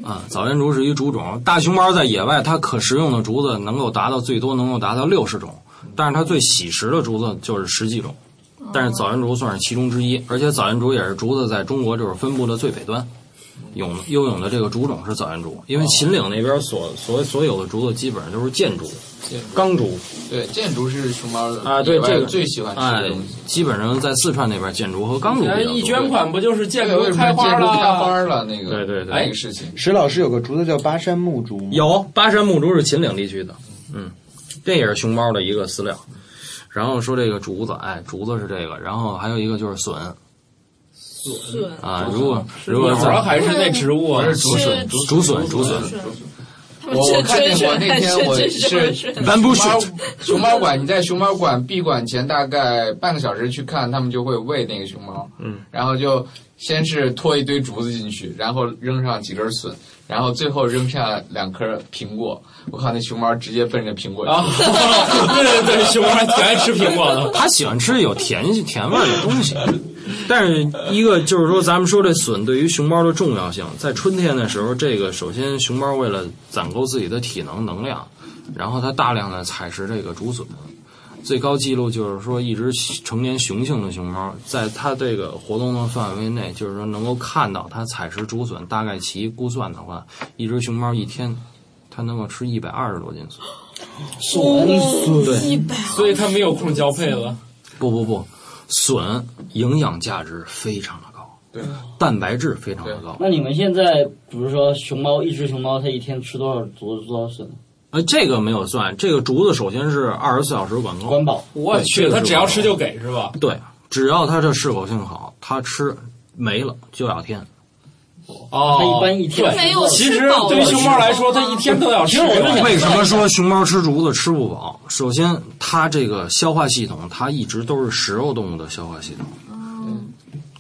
啊，枣园竹是一竹种，大熊猫在野外它可食用的竹子能够达到最多能够达到六十种，但是它最喜食的竹子就是十几种，但是枣园竹算是其中之一，而且枣园竹也是竹子在中国就是分布的最北端，永悠永的这个竹种是枣园竹，
哦
因为秦岭那边所所所有的竹子基本上都是箭竹、钢竹，
对，箭竹是熊猫
啊，对
野外
这个
最喜欢吃
哎
的东西。，哎
基本上在四川那边建筑和
以
钢竹比较
前
多
一捐款不就是建
对为
筑
什么
开花
建筑
了？
开花了那个？
对对对，
那个事情。
石老师有个竹子叫巴山木竹吗？
有巴山木竹是秦岭地区的，嗯，这也是熊猫的一个饲料。然后说这个竹子，哎，竹子是这个，然后还有一个就是笋
笋
啊，
竹
如果
是
如果
鸟啊还是那植物啊
不是竹
是
笋，竹笋，竹笋，
我我看见过那天我是
咱不是
熊猫熊猫馆，你在熊猫馆闭馆前大概半个小时去看，他们就会喂那个熊猫，
嗯，
然后就先是拖一堆竹子进去，然后扔上几根笋，然后最后扔下两颗苹果。我靠，那熊猫直接奔着苹果去
啊， 对对对，熊猫挺爱吃苹果的。
它喜欢吃有甜甜味儿的东西。但是一个就是说，咱们说这笋对于熊猫的重要性，在春天的时候，这个首先熊猫为了攒够自己的体能能量，然后它大量的采食这个竹笋。最高记录就是说，一只成年雄性的熊猫，在它这个活动的范围内，就是说能够看到它采食竹笋，大概其估算的话，一只熊猫一天它能够吃一百二十多斤笋。
笋
对
一百，所以它没有空交配了。
不不不，笋营养价值非常的高，
对，
蛋白质非常的高。
那你们现在，比如说熊猫，一只熊猫它一天吃多少竹子多少笋？
呃，这个没有算，这个竹子首先是二十四小时管够，管
饱。
我去，它
它
只要吃就给是吧？
对，只要它这适口性好，它吃没了就要天。
哦它一般一天对没有其实吃饱了对于熊猫来说它一天都要吃其实我就想
为什么说熊猫吃竹子吃不饱？首先，它这个消化系统，它一直都是食肉动物的消化系统。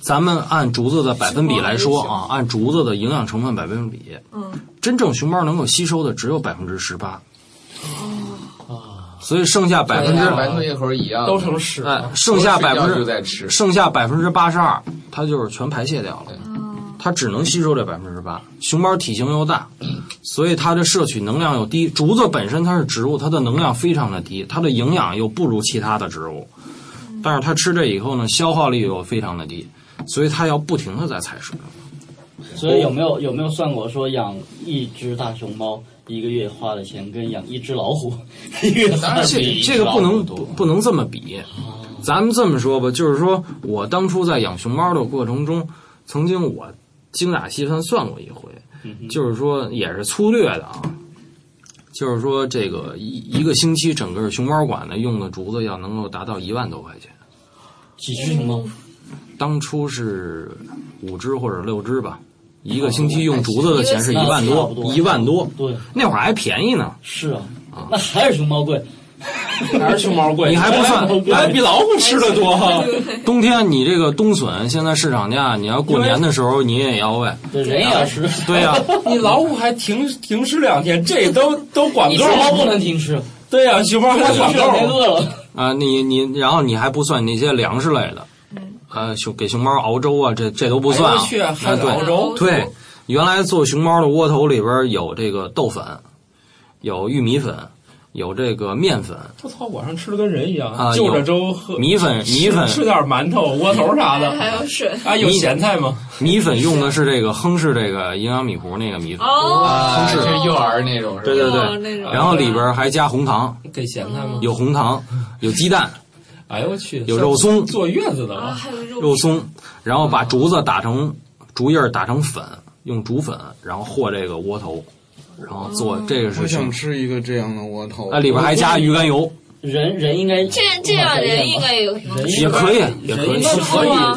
咱们按竹子的百分比来说啊，按竹子的营养成分百分比，
嗯，
真正熊猫能够吸收的只有百分之十八。所以剩下百分之
白兔一会儿一样，
都成屎
啊
哎剩下百分
睡觉就在
之
吃，
剩下百分之八十二，它就是全排泄掉了，它只能吸收这百分之八。熊猫体型又大，所以它的摄取能量又低。竹子本身它是植物，它的能量非常的低，它的营养又不如其他的植物，但是它吃这以后呢，消耗率又非常的低，所以它要不停的在采食。
所以有没有有没有算过说养一只大熊猫一个月花的钱跟养一只老虎 一个月花的钱？
这个不能不能这么比。咱们这么说吧，就是说我当初在养熊猫的过程中，曾经我精打细算算过一回，
嗯
就是说也是粗略的啊，就是说这个一一个星期整个熊猫馆呢用的竹子要能够达到一万多块钱。
几只熊
嗯
猫？
当初是五只或者六只吧，一个星期用竹子的钱是一万多，
哦
一万多。
对，
那会儿还便宜呢。
是啊，那还是熊猫贵。
还是熊猫贵
你还不算，
我还比老虎吃的多哈。
冬天你这个冬笋现在市场价，你要过年的时候你也要喂，
对人也要吃。
对啊 呀、
你老虎还停停尸两天，这都都管够。
熊猫不能 停尸。
对呀，熊猫还管够。
了。
啊，你你然后你还不算那些粮食类的，呃，熊给熊猫熬粥啊，这这都不算
哎
啊
呦去。还
啊
得熬粥
对对，原来做熊猫的窝头里边有这个豆粉，有玉米粉，有这个面粉，
我操，晚上吃的跟人一样
啊
就着
有
粥喝
米粉
吃
米粉
吃点馒头、窝头啥的，
还有水
啊，有咸菜吗？
米粉用的是这个亨氏这个营养米糊那个米粉，
哦
亨氏
啊就是幼儿那种，
对对对，然后里边还加红糖，
给咸菜吗？
有红糖，有鸡蛋，
哎呦我去，
有肉松，
坐月子的了，
还有肉
肉松，然后把竹子打成竹叶儿打成粉，用竹粉，然后和这个窝头，然后做这个
我
是什
想
么？
吃一个这样的窝头。
啊，里边还加鱼肝油，
人人应该
这这样人应该也有能吃
也可以，也可以，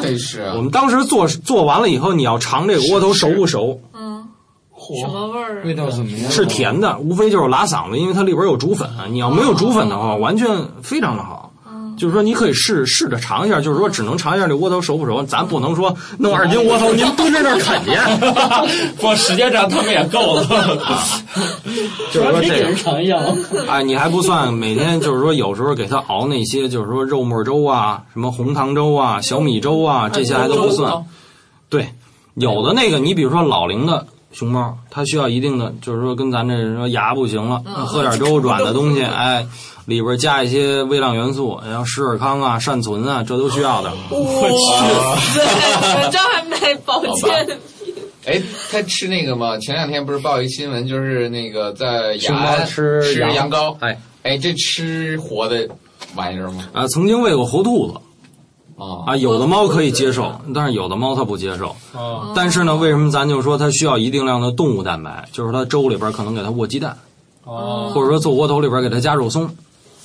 得是啊
我们当时做做完了以后，你要尝这个窝头熟不熟，
嗯，什么味儿啊？
味道怎么样？
是甜的，无非就是拉嗓子，因为它里边有竹粉。啊你要没有竹粉的话，完全非常的好。就是说，你可以试试着尝一下，就是说，只能尝一下这窝头熟不熟，咱不能说弄二斤窝头，您蹲在那儿啃去。
不，时间上他们也够了。
就是说这
给
个
人尝一下吗？
哎，你还不算每天就是说，有时候给他熬那些就是说肉沫粥啊、什么红糖粥啊、小米粥啊，这些还都不算。对，有的那个你比如说老龄的熊猫，它需要一定的就是说跟咱这人说牙不行了，喝点粥软的东西，哎，里边加一些微量元素，然后石尔康啊、善存啊，这都需要的。
我去，对，我这还买保健品，
哎，他吃那个吗？前两天不是报一新闻，就是那个在
熊
雅
猫
安
吃羊
羊羔，
哎
哎，这吃活的玩意儿吗？
啊，曾经喂过活兔子。
哦
啊，有的猫可以接受，但是有的猫它不接受。
哦
啊
但是呢，为什么咱就说它需要一定量的动物蛋白？就是它粥里边可能给它卧鸡蛋，
哦，
啊
或者说做窝头里边给它加肉松，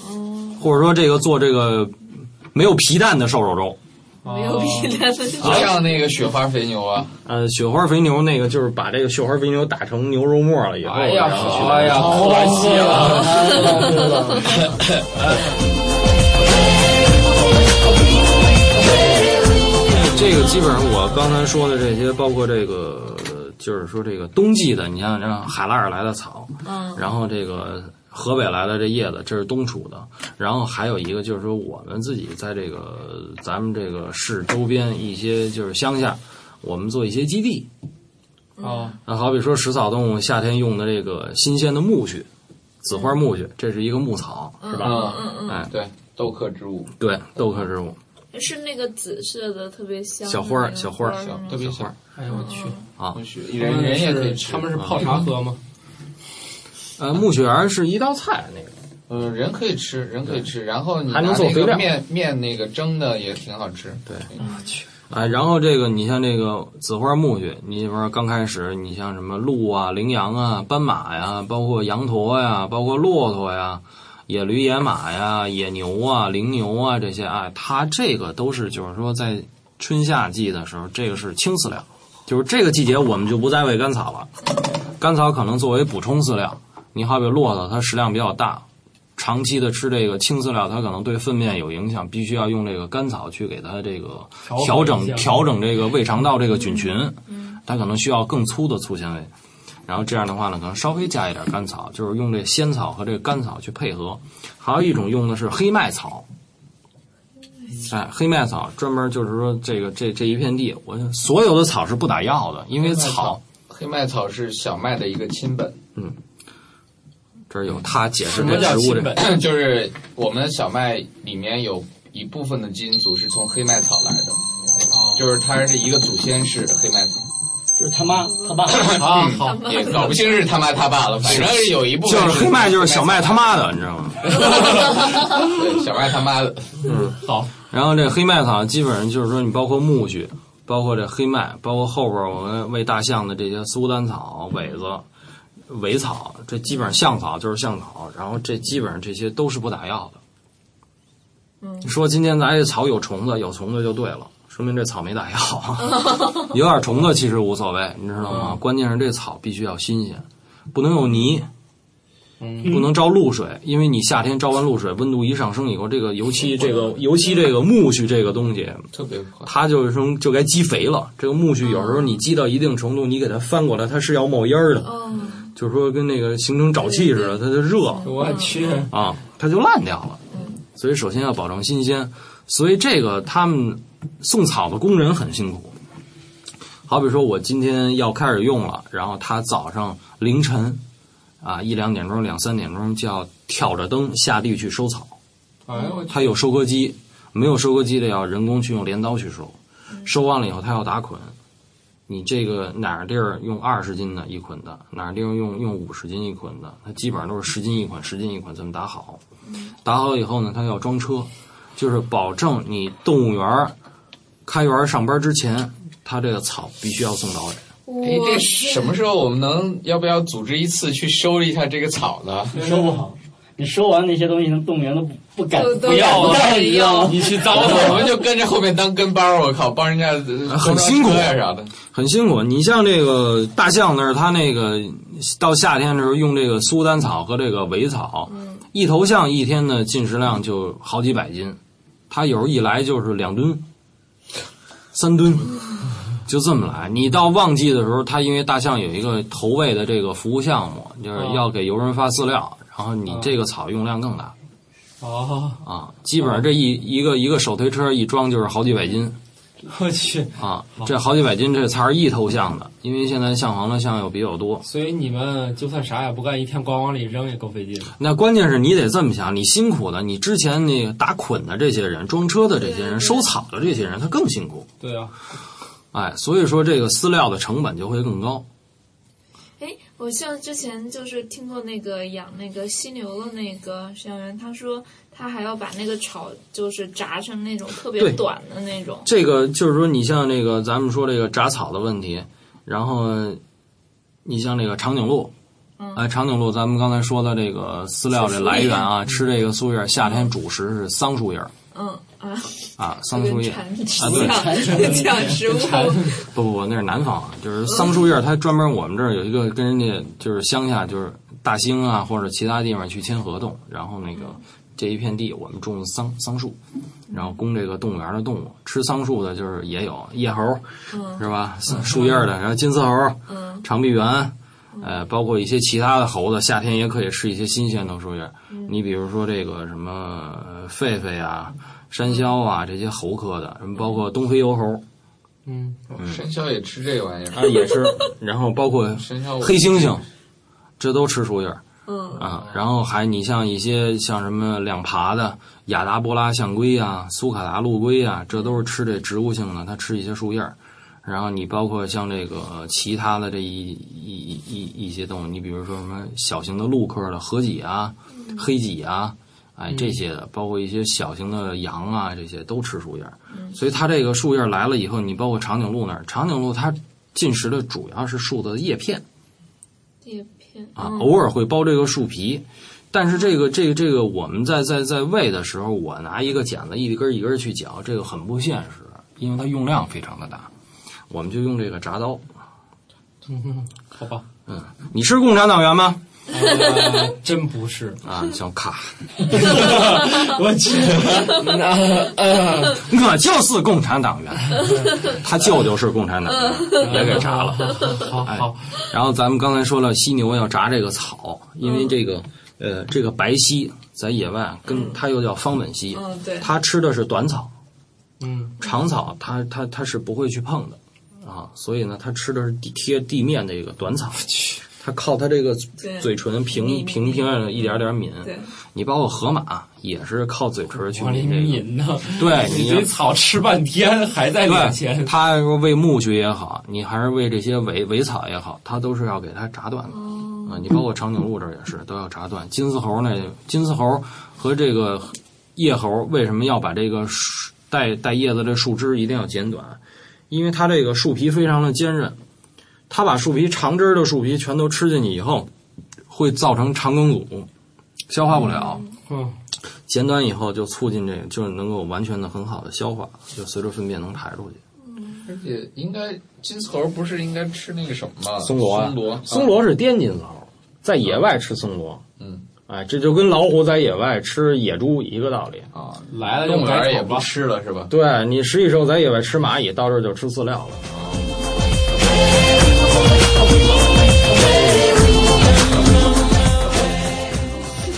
哦
或者说这个做这个呃没有皮蛋的瘦肉粥。
没有比那
不
个
像那个雪花肥牛啊，
呃，雪花肥牛那个就是把这个雪花肥牛打成牛肉末了以后，
哎呀
然后去
哎呀
好
可惜了
这个基本上我刚才说的这些，包括这个呃就是说这个冬季的，你像像海拉尔来的草，
嗯，
然后这个河北来的这叶子，这是冬储的。然后还有一个就是说，我们自己在这个咱们这个市周边一些就是乡下，我们做一些基地。
哦，
那好比说食草动物夏天用的这个新鲜的苜蓿，紫花苜蓿，这是一个牧草，是吧？
嗯
嗯
哎，
对，豆科植物，
对，豆科植物，
嗯，是那个紫色的，特别香的
小花
那
儿，
个
小花儿，
是吗
小
别嗯
花儿
哎呦我去，
啊。
人人也可以吃啊
他们是泡茶喝吗？
呃，木雪儿是一道菜那个。
嗯，人可以吃，人可以吃，然后你
还
拿
能做
那
肥料
个面面那个蒸的也挺好吃，
对，啊，然后这个你像这个紫花苜蓿，你比如说刚开始，你像什么鹿啊、羚羊啊、斑马呀，包括羊驼呀，包括骆驼呀、野驴、野马呀、野牛啊、羚牛啊这些啊，它这个都是就是说在春夏季的时候，这个是轻饲料，就是这个季节我们就不再喂干草了，干草可能作为补充饲料。你好比骆驼，它食量比较大，长期的吃这个轻饲料，它可能对粪便有影响，必须要用这个甘草去给它这个
调
调
整
整
一下
调整这个胃肠道这个菌群，它可能需要更粗的粗纤维。然后这样的话呢，可能稍微加一点甘草，就是用这仙草和这个甘草去配合。还有一种用的是黑麦草，哎，黑麦草专门就是说这个这这一片地，我所有的草是不打药的，因为草
黑麦草是小麦的一个亲本，
这儿有它解释
什么
这
叫
植物
亲
这
本？ 就是我们小麦里面有一部分的基因组是从黑麦草来的，
哦
就是它是一个祖先是黑麦草。嗯
就是他妈他 爸
啊，好，
也搞不清是他妈他爸了，反正是有一部分
就是黑麦就是小麦他妈的，你知道吗？
对小麦他妈的，
嗯，
好。
然后这黑麦草基本上就是说，你包括苜蓿，包括这黑麦，包括后边我们喂大象的这些苏丹草、苇子、苇草，这基本上象草就是象草，然后这基本上这些都是不打药的。
嗯
说今天咱这草有虫子，有虫子就对了，说明这草没打药。有点虫子其实无所谓，你知道吗？关键是这草必须要新鲜，不能有泥，
嗯
不能招露水，因为你夏天招完露水，温度一上升以后，这个尤其这个尤其这个苜蓿这个东西，
嗯特别快。
它就是说就该积肥了。这个苜蓿有时候你积到一定程度，你给它翻过来，它是要冒烟儿的，
嗯，
就是说跟那个形成沼气似的，它就热
我去，
啊，它就烂掉了。所以首先要保证新鲜，所以这个他们送草的工人很辛苦。好比说，我今天要开始用了，然后他早上凌晨啊，一两点钟、两三点钟就要挑着灯下地去收草。
哎呦我去
它有收割机，没有收割机的要人工去用镰刀去收，收完了以后它要打捆。你这个哪儿地儿用二十斤的一捆的，哪儿地儿用用五十斤一捆的，它基本上都是十斤一捆，十斤一捆这么打好。打好以后呢，它要装车，就是保证你动物园儿开园儿上班之前，它这个草必须要送到位。
哎，这什么时候我们能要不要组织一次去收一下这个草呢？
收不好，你收完那些东西，那动物园都不不敢
都都
不要
不
了，
敢
你知道吗？
你去糟我们就跟着后面当跟班儿，我靠，帮人家呃
哦很辛苦
公交车呀啥的。
很辛苦。你像这个大象那儿，它那个到夏天的时候用这个苏丹草和这个苇草，一头象一天的进食量就好几百斤，它有时候一来就是两吨、三吨，就这么来。你到旺季的时候，它因为大象有一个投喂的这个服务项目，就是要给游人发饲料，然后你这个草用量更大
哦，
啊，基本上这一一个一个手推车一装就是好几百斤。
我去
啊，这好几百斤，这才是一头象的，因为现在象黄的象又比较多。
所以你们就算啥也不干，一天光往里扔也够费劲的。
那关键是你得这么想，你辛苦的，你之前那个打捆的这些人、装车的这些人、收草的这些人，他更辛苦。
对啊，
哎，所以说这个饲料的成本就会更高。
哎，我像之前就是听过那个养那个犀牛的那个饲养员，他说他还要把那个草就是炸成那种特别
对
短的那种。
这个就是说，你像这个咱们说这个铡草的问题，然后你像这个长颈鹿，
嗯
哎，长颈鹿咱们刚才说的这个饲料这来源啊，吃这个树叶，夏天主食是桑树叶儿
嗯啊，
啊，桑树叶
就
啊
跟，
对，
抢抢食物，
不不不，那是南方啊，就是桑树叶儿，它专门我们这儿有一个跟人家就是乡下，就是大兴啊或者其他地方去签合同，然后那个这一片地我们种桑桑树，然后供这个动物园的动物吃桑树的，就是也有叶猴儿
嗯，
是吧？桑树叶儿的，然后金丝猴儿、
嗯
长臂猿，呃，包括一些其他的猴子，夏天也可以吃一些新鲜的树叶儿。
嗯
你比如说这个什么呃狒狒啊、山魈啊这些猴科的，什么包括东非疣猴儿。
嗯，
山魈也吃这个玩意儿
啊，也是，然后包括
我
黑猩猩，这都吃树叶儿
嗯
啊。然后还你像一些像什么两爬的亚达伯拉象龟啊、苏卡达陆龟啊，这都是吃这植物性的，它吃一些树叶儿。然后你包括像这个其他的这一一一一一些动物，你比如说什么小型的鹿科的河脊啊、黑脊啊，哎这些的，包括一些小型的羊啊，这些都吃树叶儿。所以它这个树叶来了以后，你包括长颈鹿那儿，长颈鹿它进食的主要是树的叶片
叶片
啊，
嗯
偶尔会剥这个树皮。但是这个这个这个，我们在在在喂的时候，我拿一个剪子一根一根去绞，这个很不现实，因为它用量非常的大。我们就用这个铡刀。
好吧，
嗯，你是共产党员吗？
呃真不是
啊，小卡，
我去， 那呃，
我就是共产党员。他舅舅是共产党员，也给铡了。
好好，
然后咱们刚才说了，犀牛要炸这个草，因为这个、呃，这个白犀在野外跟它又叫方吻犀，
嗯对，
它吃的是短草，
嗯，
长草它它它是不会去碰的啊，所以呢，它吃的是地贴地面的一个短草，它靠它这个
对
嘴唇平平平的一点点抿，
对，
你包括河马也是靠嘴唇去
往里
抿这个。
抿呢，
对
你这草吃半天还在面前
对，，他说喂苜蓿也好，你还是喂这些苇苇草也好，它都是要给它炸断的。啊、你包括长颈鹿这儿也是都要炸断。金丝猴呢，金丝猴和这个叶猴为什么要把这个树带带叶子这树枝一定要剪短？因为它这个树皮非常的坚韧，它把树皮长枝儿的树皮全都吃进去以后，会造成肠梗阻，消化不了。
嗯，
剪短以后就促进这个，就能够完全的很好的消化，就随着粪便能排出去。
而且应该金丝猴不是应该吃那个什么吗？
松螺啊
松螺，
松螺是滇金丝猴，在野外吃松螺，
嗯，
哎，这就跟老虎在野外吃野猪一个道理
啊。
来了
动
就
物
改
园也
口吧
不。吃了是吧？
对你食蚁兽在野外吃蚂蚁，到这儿就吃饲料了。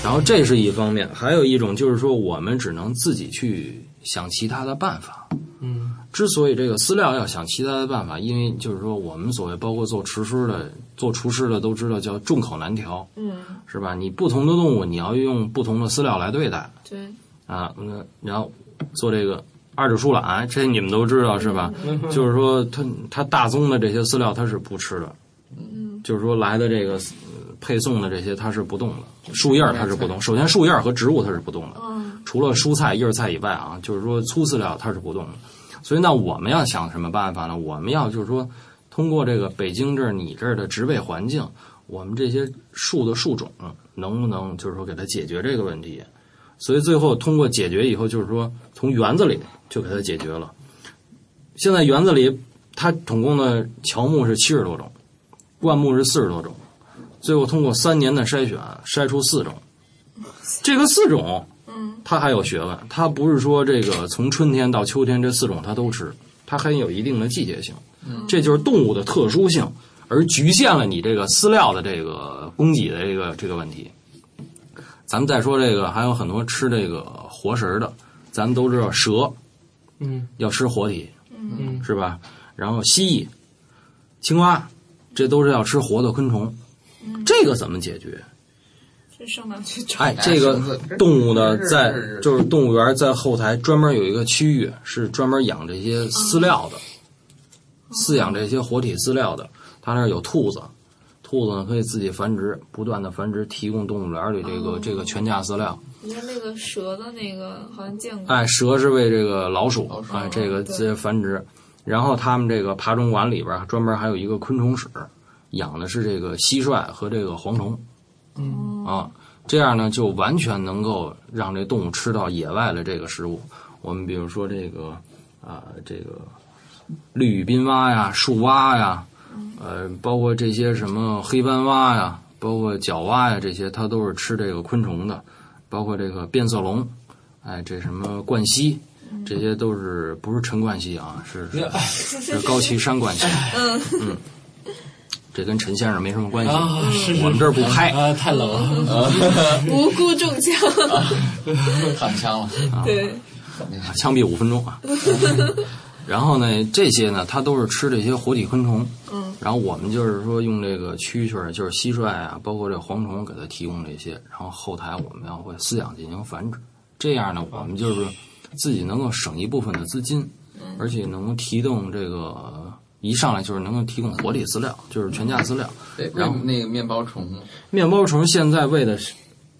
然后这是一方面，还有一种就是说，我们只能自己去想其他的办法。
嗯，
之所以这个饲料要想其他的办法，因为就是说我们所谓包括做厨师的做厨师的都知道叫众口难调，
嗯，
是吧？你不同的动物，你要用不同的饲料来对待
对，
啊。那然后做这个二指树懒，这你们都知道是吧？
嗯嗯
就是说它它大宗的这些饲料它是不吃的，
嗯，
就是说来的这个呃配送的这些它是不动的，树叶儿它是不动。首先树叶儿和植物它是不动的，
嗯
除了蔬菜、叶菜以外啊，就是说粗饲料它是不动的。所以那我们要想什么办法呢？我们要就是说，通过这个北京这儿你这儿的植被环境，我们这些树的树种能不能就是说给它解决这个问题？所以最后通过解决以后，就是说从园子里就给它解决了。现在园子里它总共的乔木是七十多种，灌木是四十多种，最后通过三年的筛选筛出四种，这个四种
嗯
它还有学问，它不是说这个从春天到秋天这四种它都吃，它还有一定的季节性，
嗯
这就是动物的特殊性，而局限了你这个饲料的这个供给的这个这个问题。咱们再说这个，还有很多吃这个活食儿的，咱们都知道蛇
嗯
要吃活体，
嗯
是吧？然后蜥蜴、青蛙，这都是要吃活的昆虫，
嗯，
这个怎么解决？
这上哪去找？
哎，这个动物呢，在就是动物园在后台专门有一个区域是专门养这些饲料的，饲养这些活体饲料的。它那儿有兔子，兔子呢可以自己繁殖，不断的繁殖，提供动物园里这个这个全价饲料。
你看那个蛇的那个好像见过，
哎，蛇是为这个老鼠，哎，这个这繁殖。然后他们这个爬虫馆里边儿专门还有一个昆虫室，养的是这个蟋蟀和这个蝗虫。
嗯
啊，这样呢就完全能够让这动物吃到野外的这个食物。我们比如说这个啊、这个绿羽滨蛙呀、树蛙呀，呃，包括这些什么黑斑蛙呀、包括角蛙呀，这些它都是吃这个昆虫的，包括这个变色龙，哎，这什么冠希。这些都是不是陈冠希啊？是是是高崎山冠希，
嗯
嗯，这跟陈先生没什么关系
啊是是
我们这儿不拍
啊，太冷了。
无辜中枪，
躺枪了，
对，
啊枪毙五分钟啊。 然后呢，这些呢，它都是吃这些活体昆虫。
嗯
然后我们就是说用这个蛐蛐儿，就是蟋蟀啊，包括这蝗虫，给它提供这些。然后后台我们要会饲养进行繁殖，这样呢，我们就是自己能够省一部分的资金，而且能够提供这个一上来就是能够提供活体饲料，就是全价饲料。
对，
然后
哎那个面包虫呢，
面包虫现在喂的是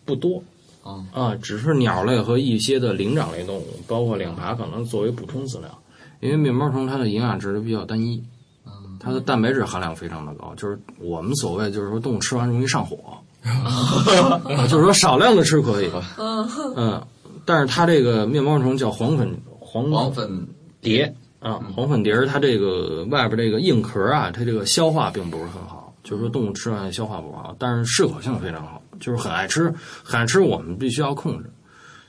不多
啊
啊，只是鸟类和一些的灵长类动物，包括两爬，可能作为补充饲料。因为面包虫它的营养值都比较单一，
嗯
它的蛋白质含量非常的高，就是我们所谓就是说动物吃完容易上火，啊就是说少量的吃可以，
嗯
嗯，但是它这个面包虫叫黄粉黄
黄粉
蝶啊，黄粉蝶儿它这个外边这个硬壳啊，它这个消化并不是很好，就是说动物吃完消化不好，但是适口性非常好，就是很爱吃，很爱吃我们必须要控制。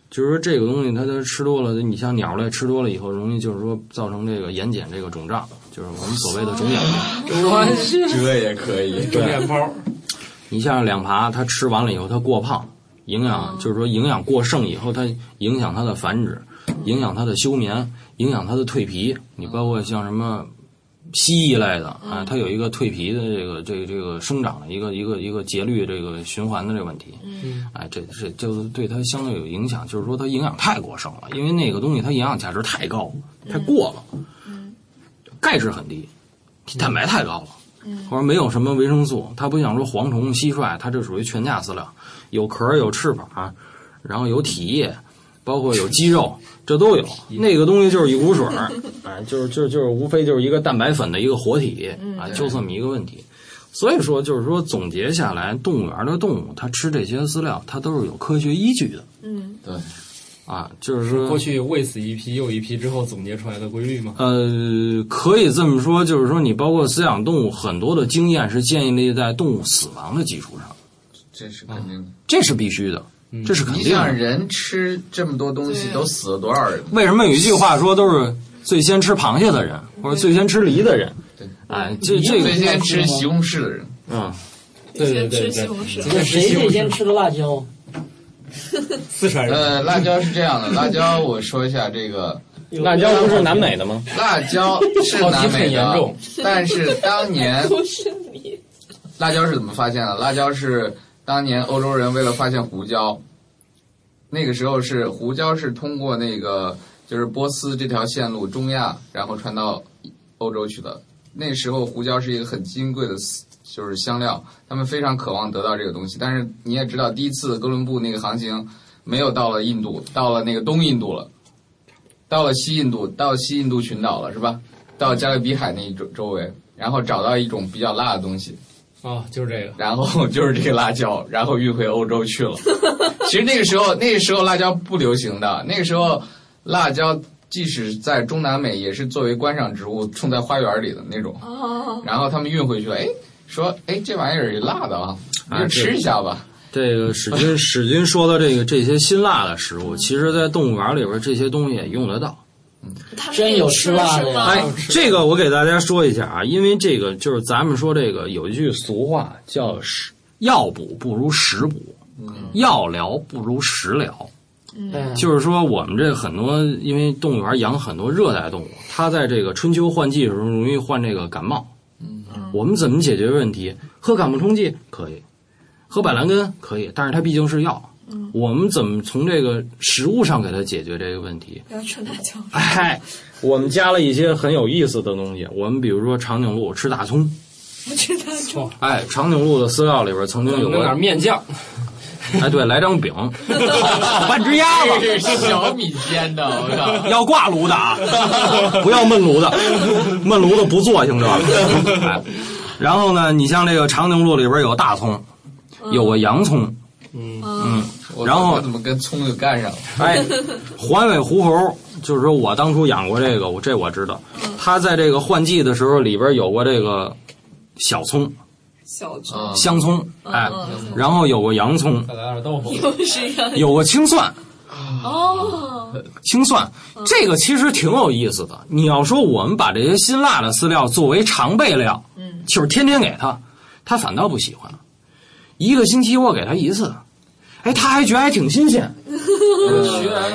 就是说这个东西它它吃多了，你像鸟类吃多了以后，容易就是说造成这个眼睑这个肿胀，就是我们所谓的肿眼泡。
这也可以，
肿眼泡。你像两爬，它吃完了以后，它过胖，营养就是说营养过剩以后，它影响它的繁殖，影响它的休眠，影响它的蜕皮。你包括像什么蜥蜴类的啊，它有一个蜕皮的这个这个这个生长的一个一个一个节律这个循环的这个问题。
嗯
哎，这这就是对它相对有影响，就是说它营养太过剩了，因为那个东西它营养价值太高，太过了，钙质很低，蛋白太高了。或者没有什么维生素，它不像说蝗虫、蟋蟀，它这属于全价饲料，有壳儿、有翅膀，啊然后有体液，包括有肌肉，这都 有。那个东西就是一股水儿，
嗯
哎，就是就是就是无非就是一个蛋白粉的一个活体
嗯
啊，
对
就这么一个问题。所以说，就是说总结下来，动物园的动物它吃这些饲料，它都是有科学依据的
嗯
对，
啊，就是说
过去喂死一批又一批之后总结出来的规律吗？
呃，可以这么说，就是说你包括饲养动物，很多的经验是建立在动物死亡的基础上，
这是肯定的。
这是必须的，这是肯
嗯你
定
像
的。
人吃这么多东西，都死了多少人？
为什么有一句话说都是最先吃螃蟹的人，或者最先吃梨的人？哎，这这个
最先吃西红柿的人，
嗯，
对对对对，
那谁最先吃的辣椒？
四川人
呃，辣椒是这样的，辣椒我说一下这个。
辣椒不是南美的吗？
辣椒是南
好奇很
美
严
的
重，
但是当年
不是你，
辣椒是怎么发现的？辣椒是当年欧洲人为了发现胡椒，那个时候是胡椒是通过那个就是波斯这条线路中亚，然后传到欧洲去的。那时候胡椒是一个很金贵的丝，就是香料，他们非常渴望得到这个东西。但是你也知道，第一次哥伦布那个航行没有到了印度，到了那个东印度了，到了西印度，到西印度群岛了，是吧？到加勒比海那一周周围，然后找到一种比较辣的东西，
啊，就是这个。
然后就是这个辣椒，然后运回欧洲去了。其实那个时候，那个时候辣椒不流行的，那个时候辣椒即使在中南美也是作为观赏植物种在花园里的那种。
哦，
然后他们运回去，哎，说哎这玩意儿也辣的啊，你
啊
就
对
吃一下吧。
这个史军史军说的这个这些辛辣的食物，其实在动物园里边这些东西也用得到。
真有吃辣的呀！
哎，这个我给大家说一下啊，因为这个就是咱们说这个有一句俗话叫“食药补不如食补，药疗不如食疗”。
嗯
就是说，我们这很多，因为动物园养很多热带动物，它在这个春秋换季的时候容易患这个感冒。
嗯
我们怎么解决问题？喝感冒冲剂可以，喝板蓝根可以，但是它毕竟是药。
嗯
我们怎么从这个食物上给它解决这个问题？
不要吃辣椒。
哎，我们加了一些很有意思的东西。我们比如说长颈鹿吃大葱，
我吃辣椒。
哎，长颈鹿的饲料里边曾经有
弄
过
点面酱，
哎，对，来张 饼，半只鸭子，
这是小米煎的，我靠！
要挂炉的啊，不要焖炉的，焖炉的不做，听 着吧。哎，然后呢，你像这个长颈鹿里边有大葱，有个洋葱，嗯，
我
然后
我怎么跟葱就干上了？
哎，环尾狐猴，就是说我当初养过这个，我这我知道，它在这个换季的时候里边有过这个小葱、
小猪，
香葱，哎
嗯嗯，
然后有个洋葱，
再来点豆腐。
又是一样。
有个青蒜，
哦，
青蒜，
嗯
这个其实挺有意思的。你要说我们把这些辛辣的饲料作为常备料，嗯，就是天天给它，它反倒不喜欢。一个星期我给它一次，哎，它还觉得还挺新鲜。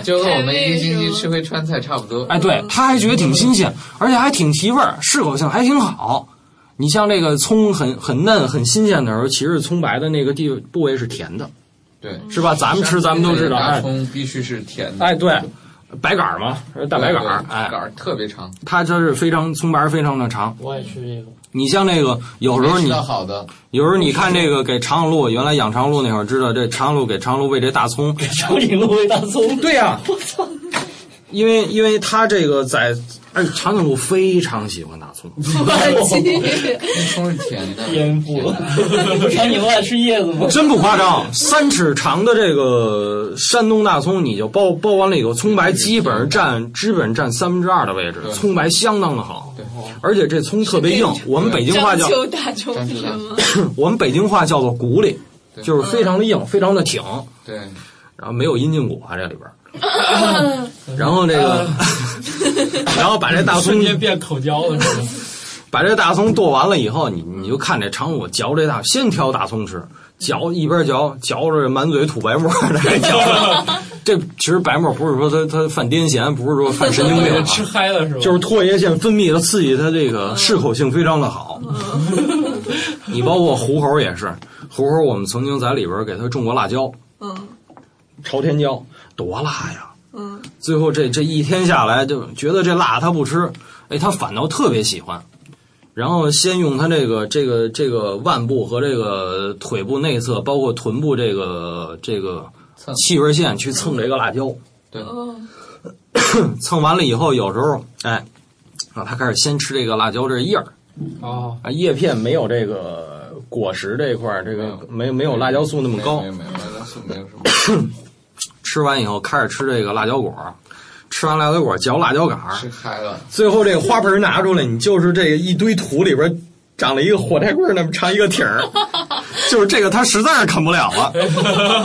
就跟我们一个星期吃回川菜差不多。
哎，对，
嗯
他还觉得挺新鲜，而且还挺提味儿，适口性还挺好。你像这个葱很很嫩、很新鲜的时候，其实葱白的那个地部位是甜的，
对，
是吧？咱们吃，咱们都知道，
大
哎
葱必须是甜的。
哎，对，白杆儿嘛，大白杆儿，
对
哎，
杆儿特别长。
它它是非常葱白儿非常的长。
我也吃这个，
你像那个有时候
没
你
吃到好的，
有时候你看这个给长颈鹿，原来养长颈鹿那会儿知道这长颈鹿给长颈鹿喂这大葱，
长颈鹿喂大葱，
对呀、因为因为它这个在哎长颈鹿非常喜欢大葱，
葱是甜的，
天赋。长颈鹿爱吃叶子吗？
真不夸张， 三尺长的这个山东大葱，你就包包完了以后，葱白基本上占基本占三分之二的位置，葱白相当的好，而且这葱特别硬，我们北京话叫
章丘大葱是吗？
我们北京话叫做骨里，就是非常的硬，非常的挺，
对，
然后没有阴茎骨啊这里边儿。 然后这个， 然后把这大葱
瞬间变口交了， 是吧？
把这大葱剁完了以后，你你就看这长我嚼这大，先挑大葱吃，嚼一边嚼嚼着满嘴吐白沫，还嚼 着。这其实白沫不是说它它犯癫痫，不是说犯神经病 啊，
吃嗨了是吧？
就是唾液腺分泌的刺激，它这个适口性非常的好。 你包括狐猴也是，狐猴我们曾经在里边给它种过辣椒，
嗯
朝天椒，多辣呀！
嗯，
最后这这一天下来，就觉得这辣他不吃，哎，他反倒特别喜欢。然后先用他这个这个这个腕部和这个腿部内侧，包括臀部这个这个气味线去蹭这个辣椒，
对，
哦，
蹭完了以后，有时候哎，啊，他开始先吃这个辣椒这叶儿
哦，
啊，叶片没有这个果实这块儿，这个没没有辣椒素那么高
没，有没有，没有没有 什么。
吃完以后开始吃这个辣椒果儿，吃完辣椒果儿嚼辣椒杆儿，
吃嗨了，
最后这个花盆拿出来，你就是这一堆土里边长了一个火柴棍儿那么长一个挺儿， 就是这个他实在是啃不了了。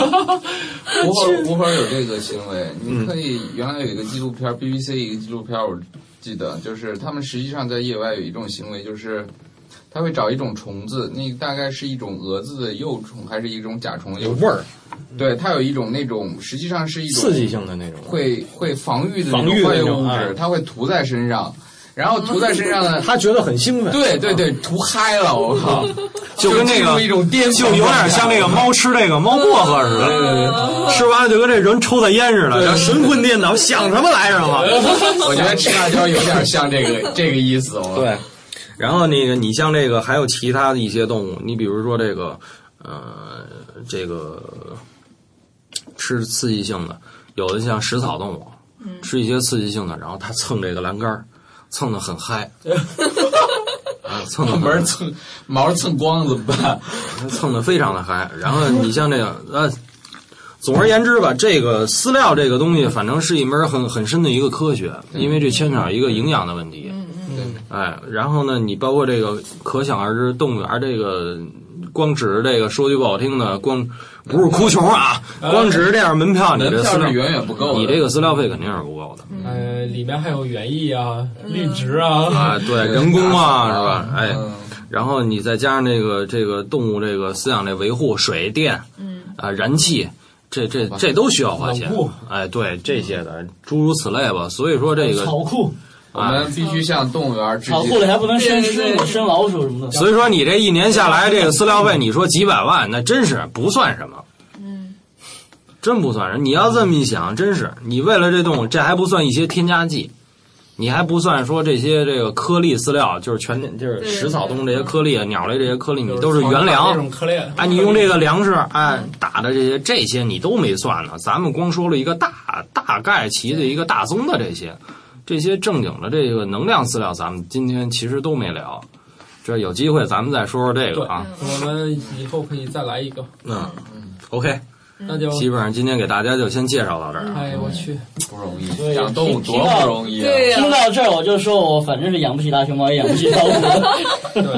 胡猴胡猴有这个行为，
嗯
你可以原来有一个纪录片儿，BBC 一个纪录片儿，我记得就是他们实际上在野外有一种行为，就是他会找一种虫子，那大概是一种蛾子的幼虫还是一种甲虫的幼虫
有味儿，
对，它有一种那种实际上是一种
刺激性的那种
会会防御的
防
那
御
种
的
化
那
学
种
物
哎
质，它会涂在身上。然后涂在身上 呢，
他觉得很兴奋。
对对对，涂嗨了，我靠，
就跟那
进入
个
一种癫
就有点像那个猫吃这个猫薄荷似的，吃完了就跟这人抽的烟似的，神魂颠倒，想什么来什么。
我觉得吃辣椒有点像这个这个意思。我
对，然后那个你像这个还有其他的一些动物，你比如说这个呃这个吃刺激性的，有的像食草动物，吃一些刺激性的，然后它蹭这个栏杆儿，蹭的很嗨。啊， 蹭的
门蹭毛蹭光怎 么办？
蹭的非常的嗨。然后你像这个呃，总而言之吧，这个饲料这个东西，反正是一门很很深的一个科学，
嗯
因为这牵扯一个营养的问题。哎，然后呢，你包括这个，可想而知，动物园这个光指着这个，说句不好听的，光不是哭穷啊， 光指着这样门票，你这饲
嗯门票
料
是远远不够的
你这个 饲料费肯定是不够的。
呃，里面还有园艺啊、绿植啊
啊，对，人工啊，是吧？哎，
嗯
嗯
然后你再加上这个这个动物这个饲养这维护、水电，嗯，啊，燃气，这这这都需要花钱
冷库。
哎，对这些的诸如此类吧。所以说这个
草库，
我
啊
们必须向动物园致敬。
跑酷了还不能生狮子、生老鼠什么的。
所以说你这一年下来这个饲料费，你说几百万，那真是不算什么。
嗯
真不算什么。你要这么一想，真是你为了这动物，这还不算一些添加剂，你还不算说这些这个颗粒饲料，就是全就是食草动物这些颗粒、啊鸟类这些颗粒，
嗯
你都是原
那
粮。
种颗粒，
哎，你用这个粮食，哎，打的这些这些你都没算呢，咱们光说了一个大大概齐的一个大宗的这些，这些正经的这个能量饲料，咱们今天其实都没聊，这有机会咱们再说说这个啊。
我们以后可以再来一个，
嗯，OK，
那就
基本上今天给大家就先介绍到这儿。
哎，我去，
不容易
对
养动物
听
多不容易啊对呀
听到这儿我就说我反正是养不起大熊猫，也养不起老虎。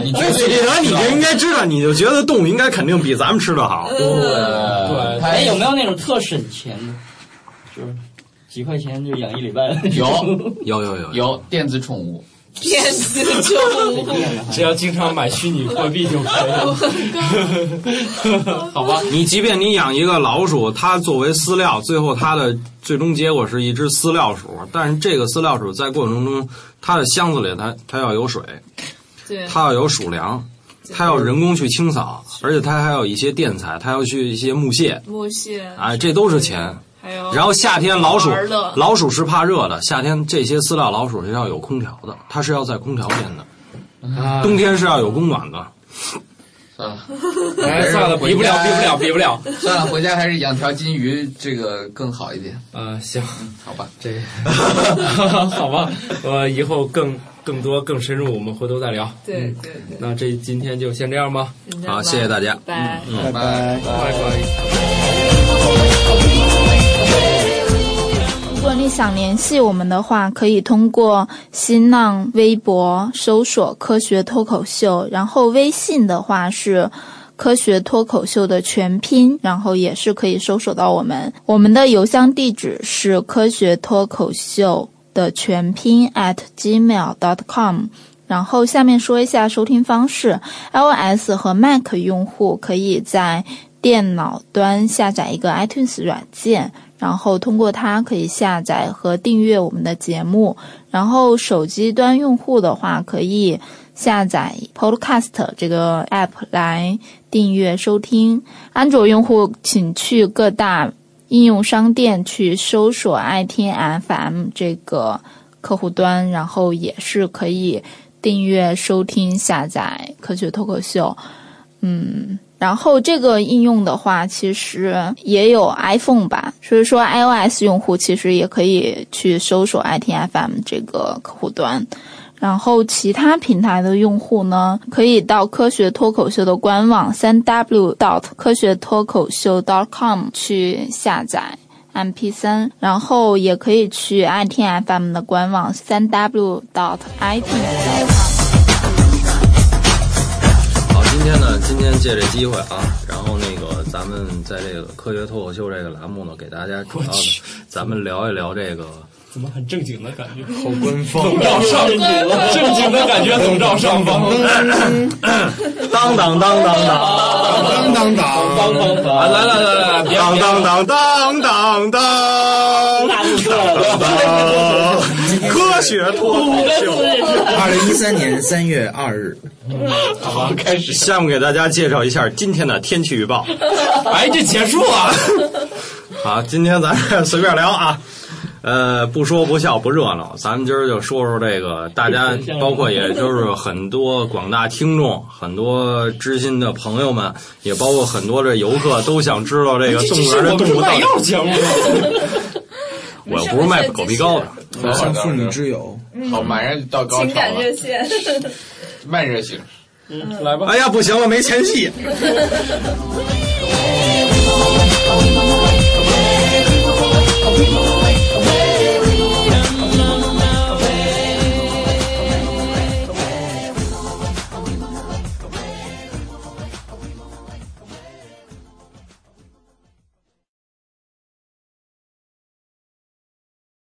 你
这李德，你就应该知道，你就觉得动物应该肯定比咱们吃的好。
嗯
对哎，有没有那种特省钱的？就是几块钱就养一礼拜的？
有
有有有
有电子宠物，
电子宠物，
只要经常买虚拟货币就可以了。
好吧，你即便你养一个老鼠，它作为饲料，最后它的最终结果是一只饲料鼠，但是这个饲料鼠在过程中，它的箱子里它它要有水，
对，
它要有鼠粮，它要人工去清扫，而且它还有一些电材，它要去一些木屑，
木屑，
啊，这都是钱。
还有，
然后夏天老鼠
好玩的，
老鼠是怕热的，夏天这些饲料老鼠是要有空调的，它是要在空调间的，冬天是要有供暖的。
算了，
哎算了比不了比不了比不了
算了，回家还是养条金鱼这个更好一点。
啊，行，
好吧，
这好吧，我以后更更多更深入，我们回头再聊。
对
嗯
对对，
那这今天就先这样吧。
这样吧好谢谢大家拜
嗯
拜
拜拜拜。
如果你想联系我们的话，可以通过新浪微博搜索“科学脱口秀”，然后微信的话是“科学脱口秀”的全拼，然后也是可以搜索到我们。我们的邮箱地址是“科学脱口秀”的全拼 at gmail.com。然后下面说一下收听方式，iOS 和 Mac 用户可以在电脑端下载一个 iTunes 软件，然后通过它可以下载和订阅我们的节目。然后手机端用户的话，可以下载 Podcast 这个 app 来订阅收听。安卓用户请去各大应用商店去搜索爱听 FM 这个客户端，然后也是可以订阅、收听、下载《科学脱口秀》。嗯，然后这个应用的话，其实也有 iPhone 吧，所以说 iOS 用户其实也可以去搜索 ITFM 这个客户端。然后其他平台的用户呢，可以到科学脱口秀的官网三 w dot 科学脱口秀 dot com 去下载 MP 3然后也可以去 ITFM 的官网三 w dot iTunes。
好，今天呢，今天借这机会啊，然后那个咱们在这个科学脱口秀这个栏目呢，给大家主要的，咱们聊一聊这个
怎么很正经的感觉？
好官方
笼罩上风，正经的感觉笼罩上风。
当当当当当
当当当
当当，来来来来，别
当当当当当当，
当
科
学脱口秀。
二零一三年三月二日，
好吧，开始。下面给大家介绍一下今天的天气预报。
哎，这结束了。
好，今天咱们随便聊啊，呃，不说不笑不热闹，咱们今儿就说说这个，大家包括也就是很多广大听众、很多知心的朋友们，也包括很多这游客都想知道这个动物园的动物到底。 我 又不是卖狗皮膏的，
像妇女之友，
好，马上到高
情
潮
感
了，
热线，
慢热型。
嗯，来吧。
哎呀，不行了，没前戏。
Oh,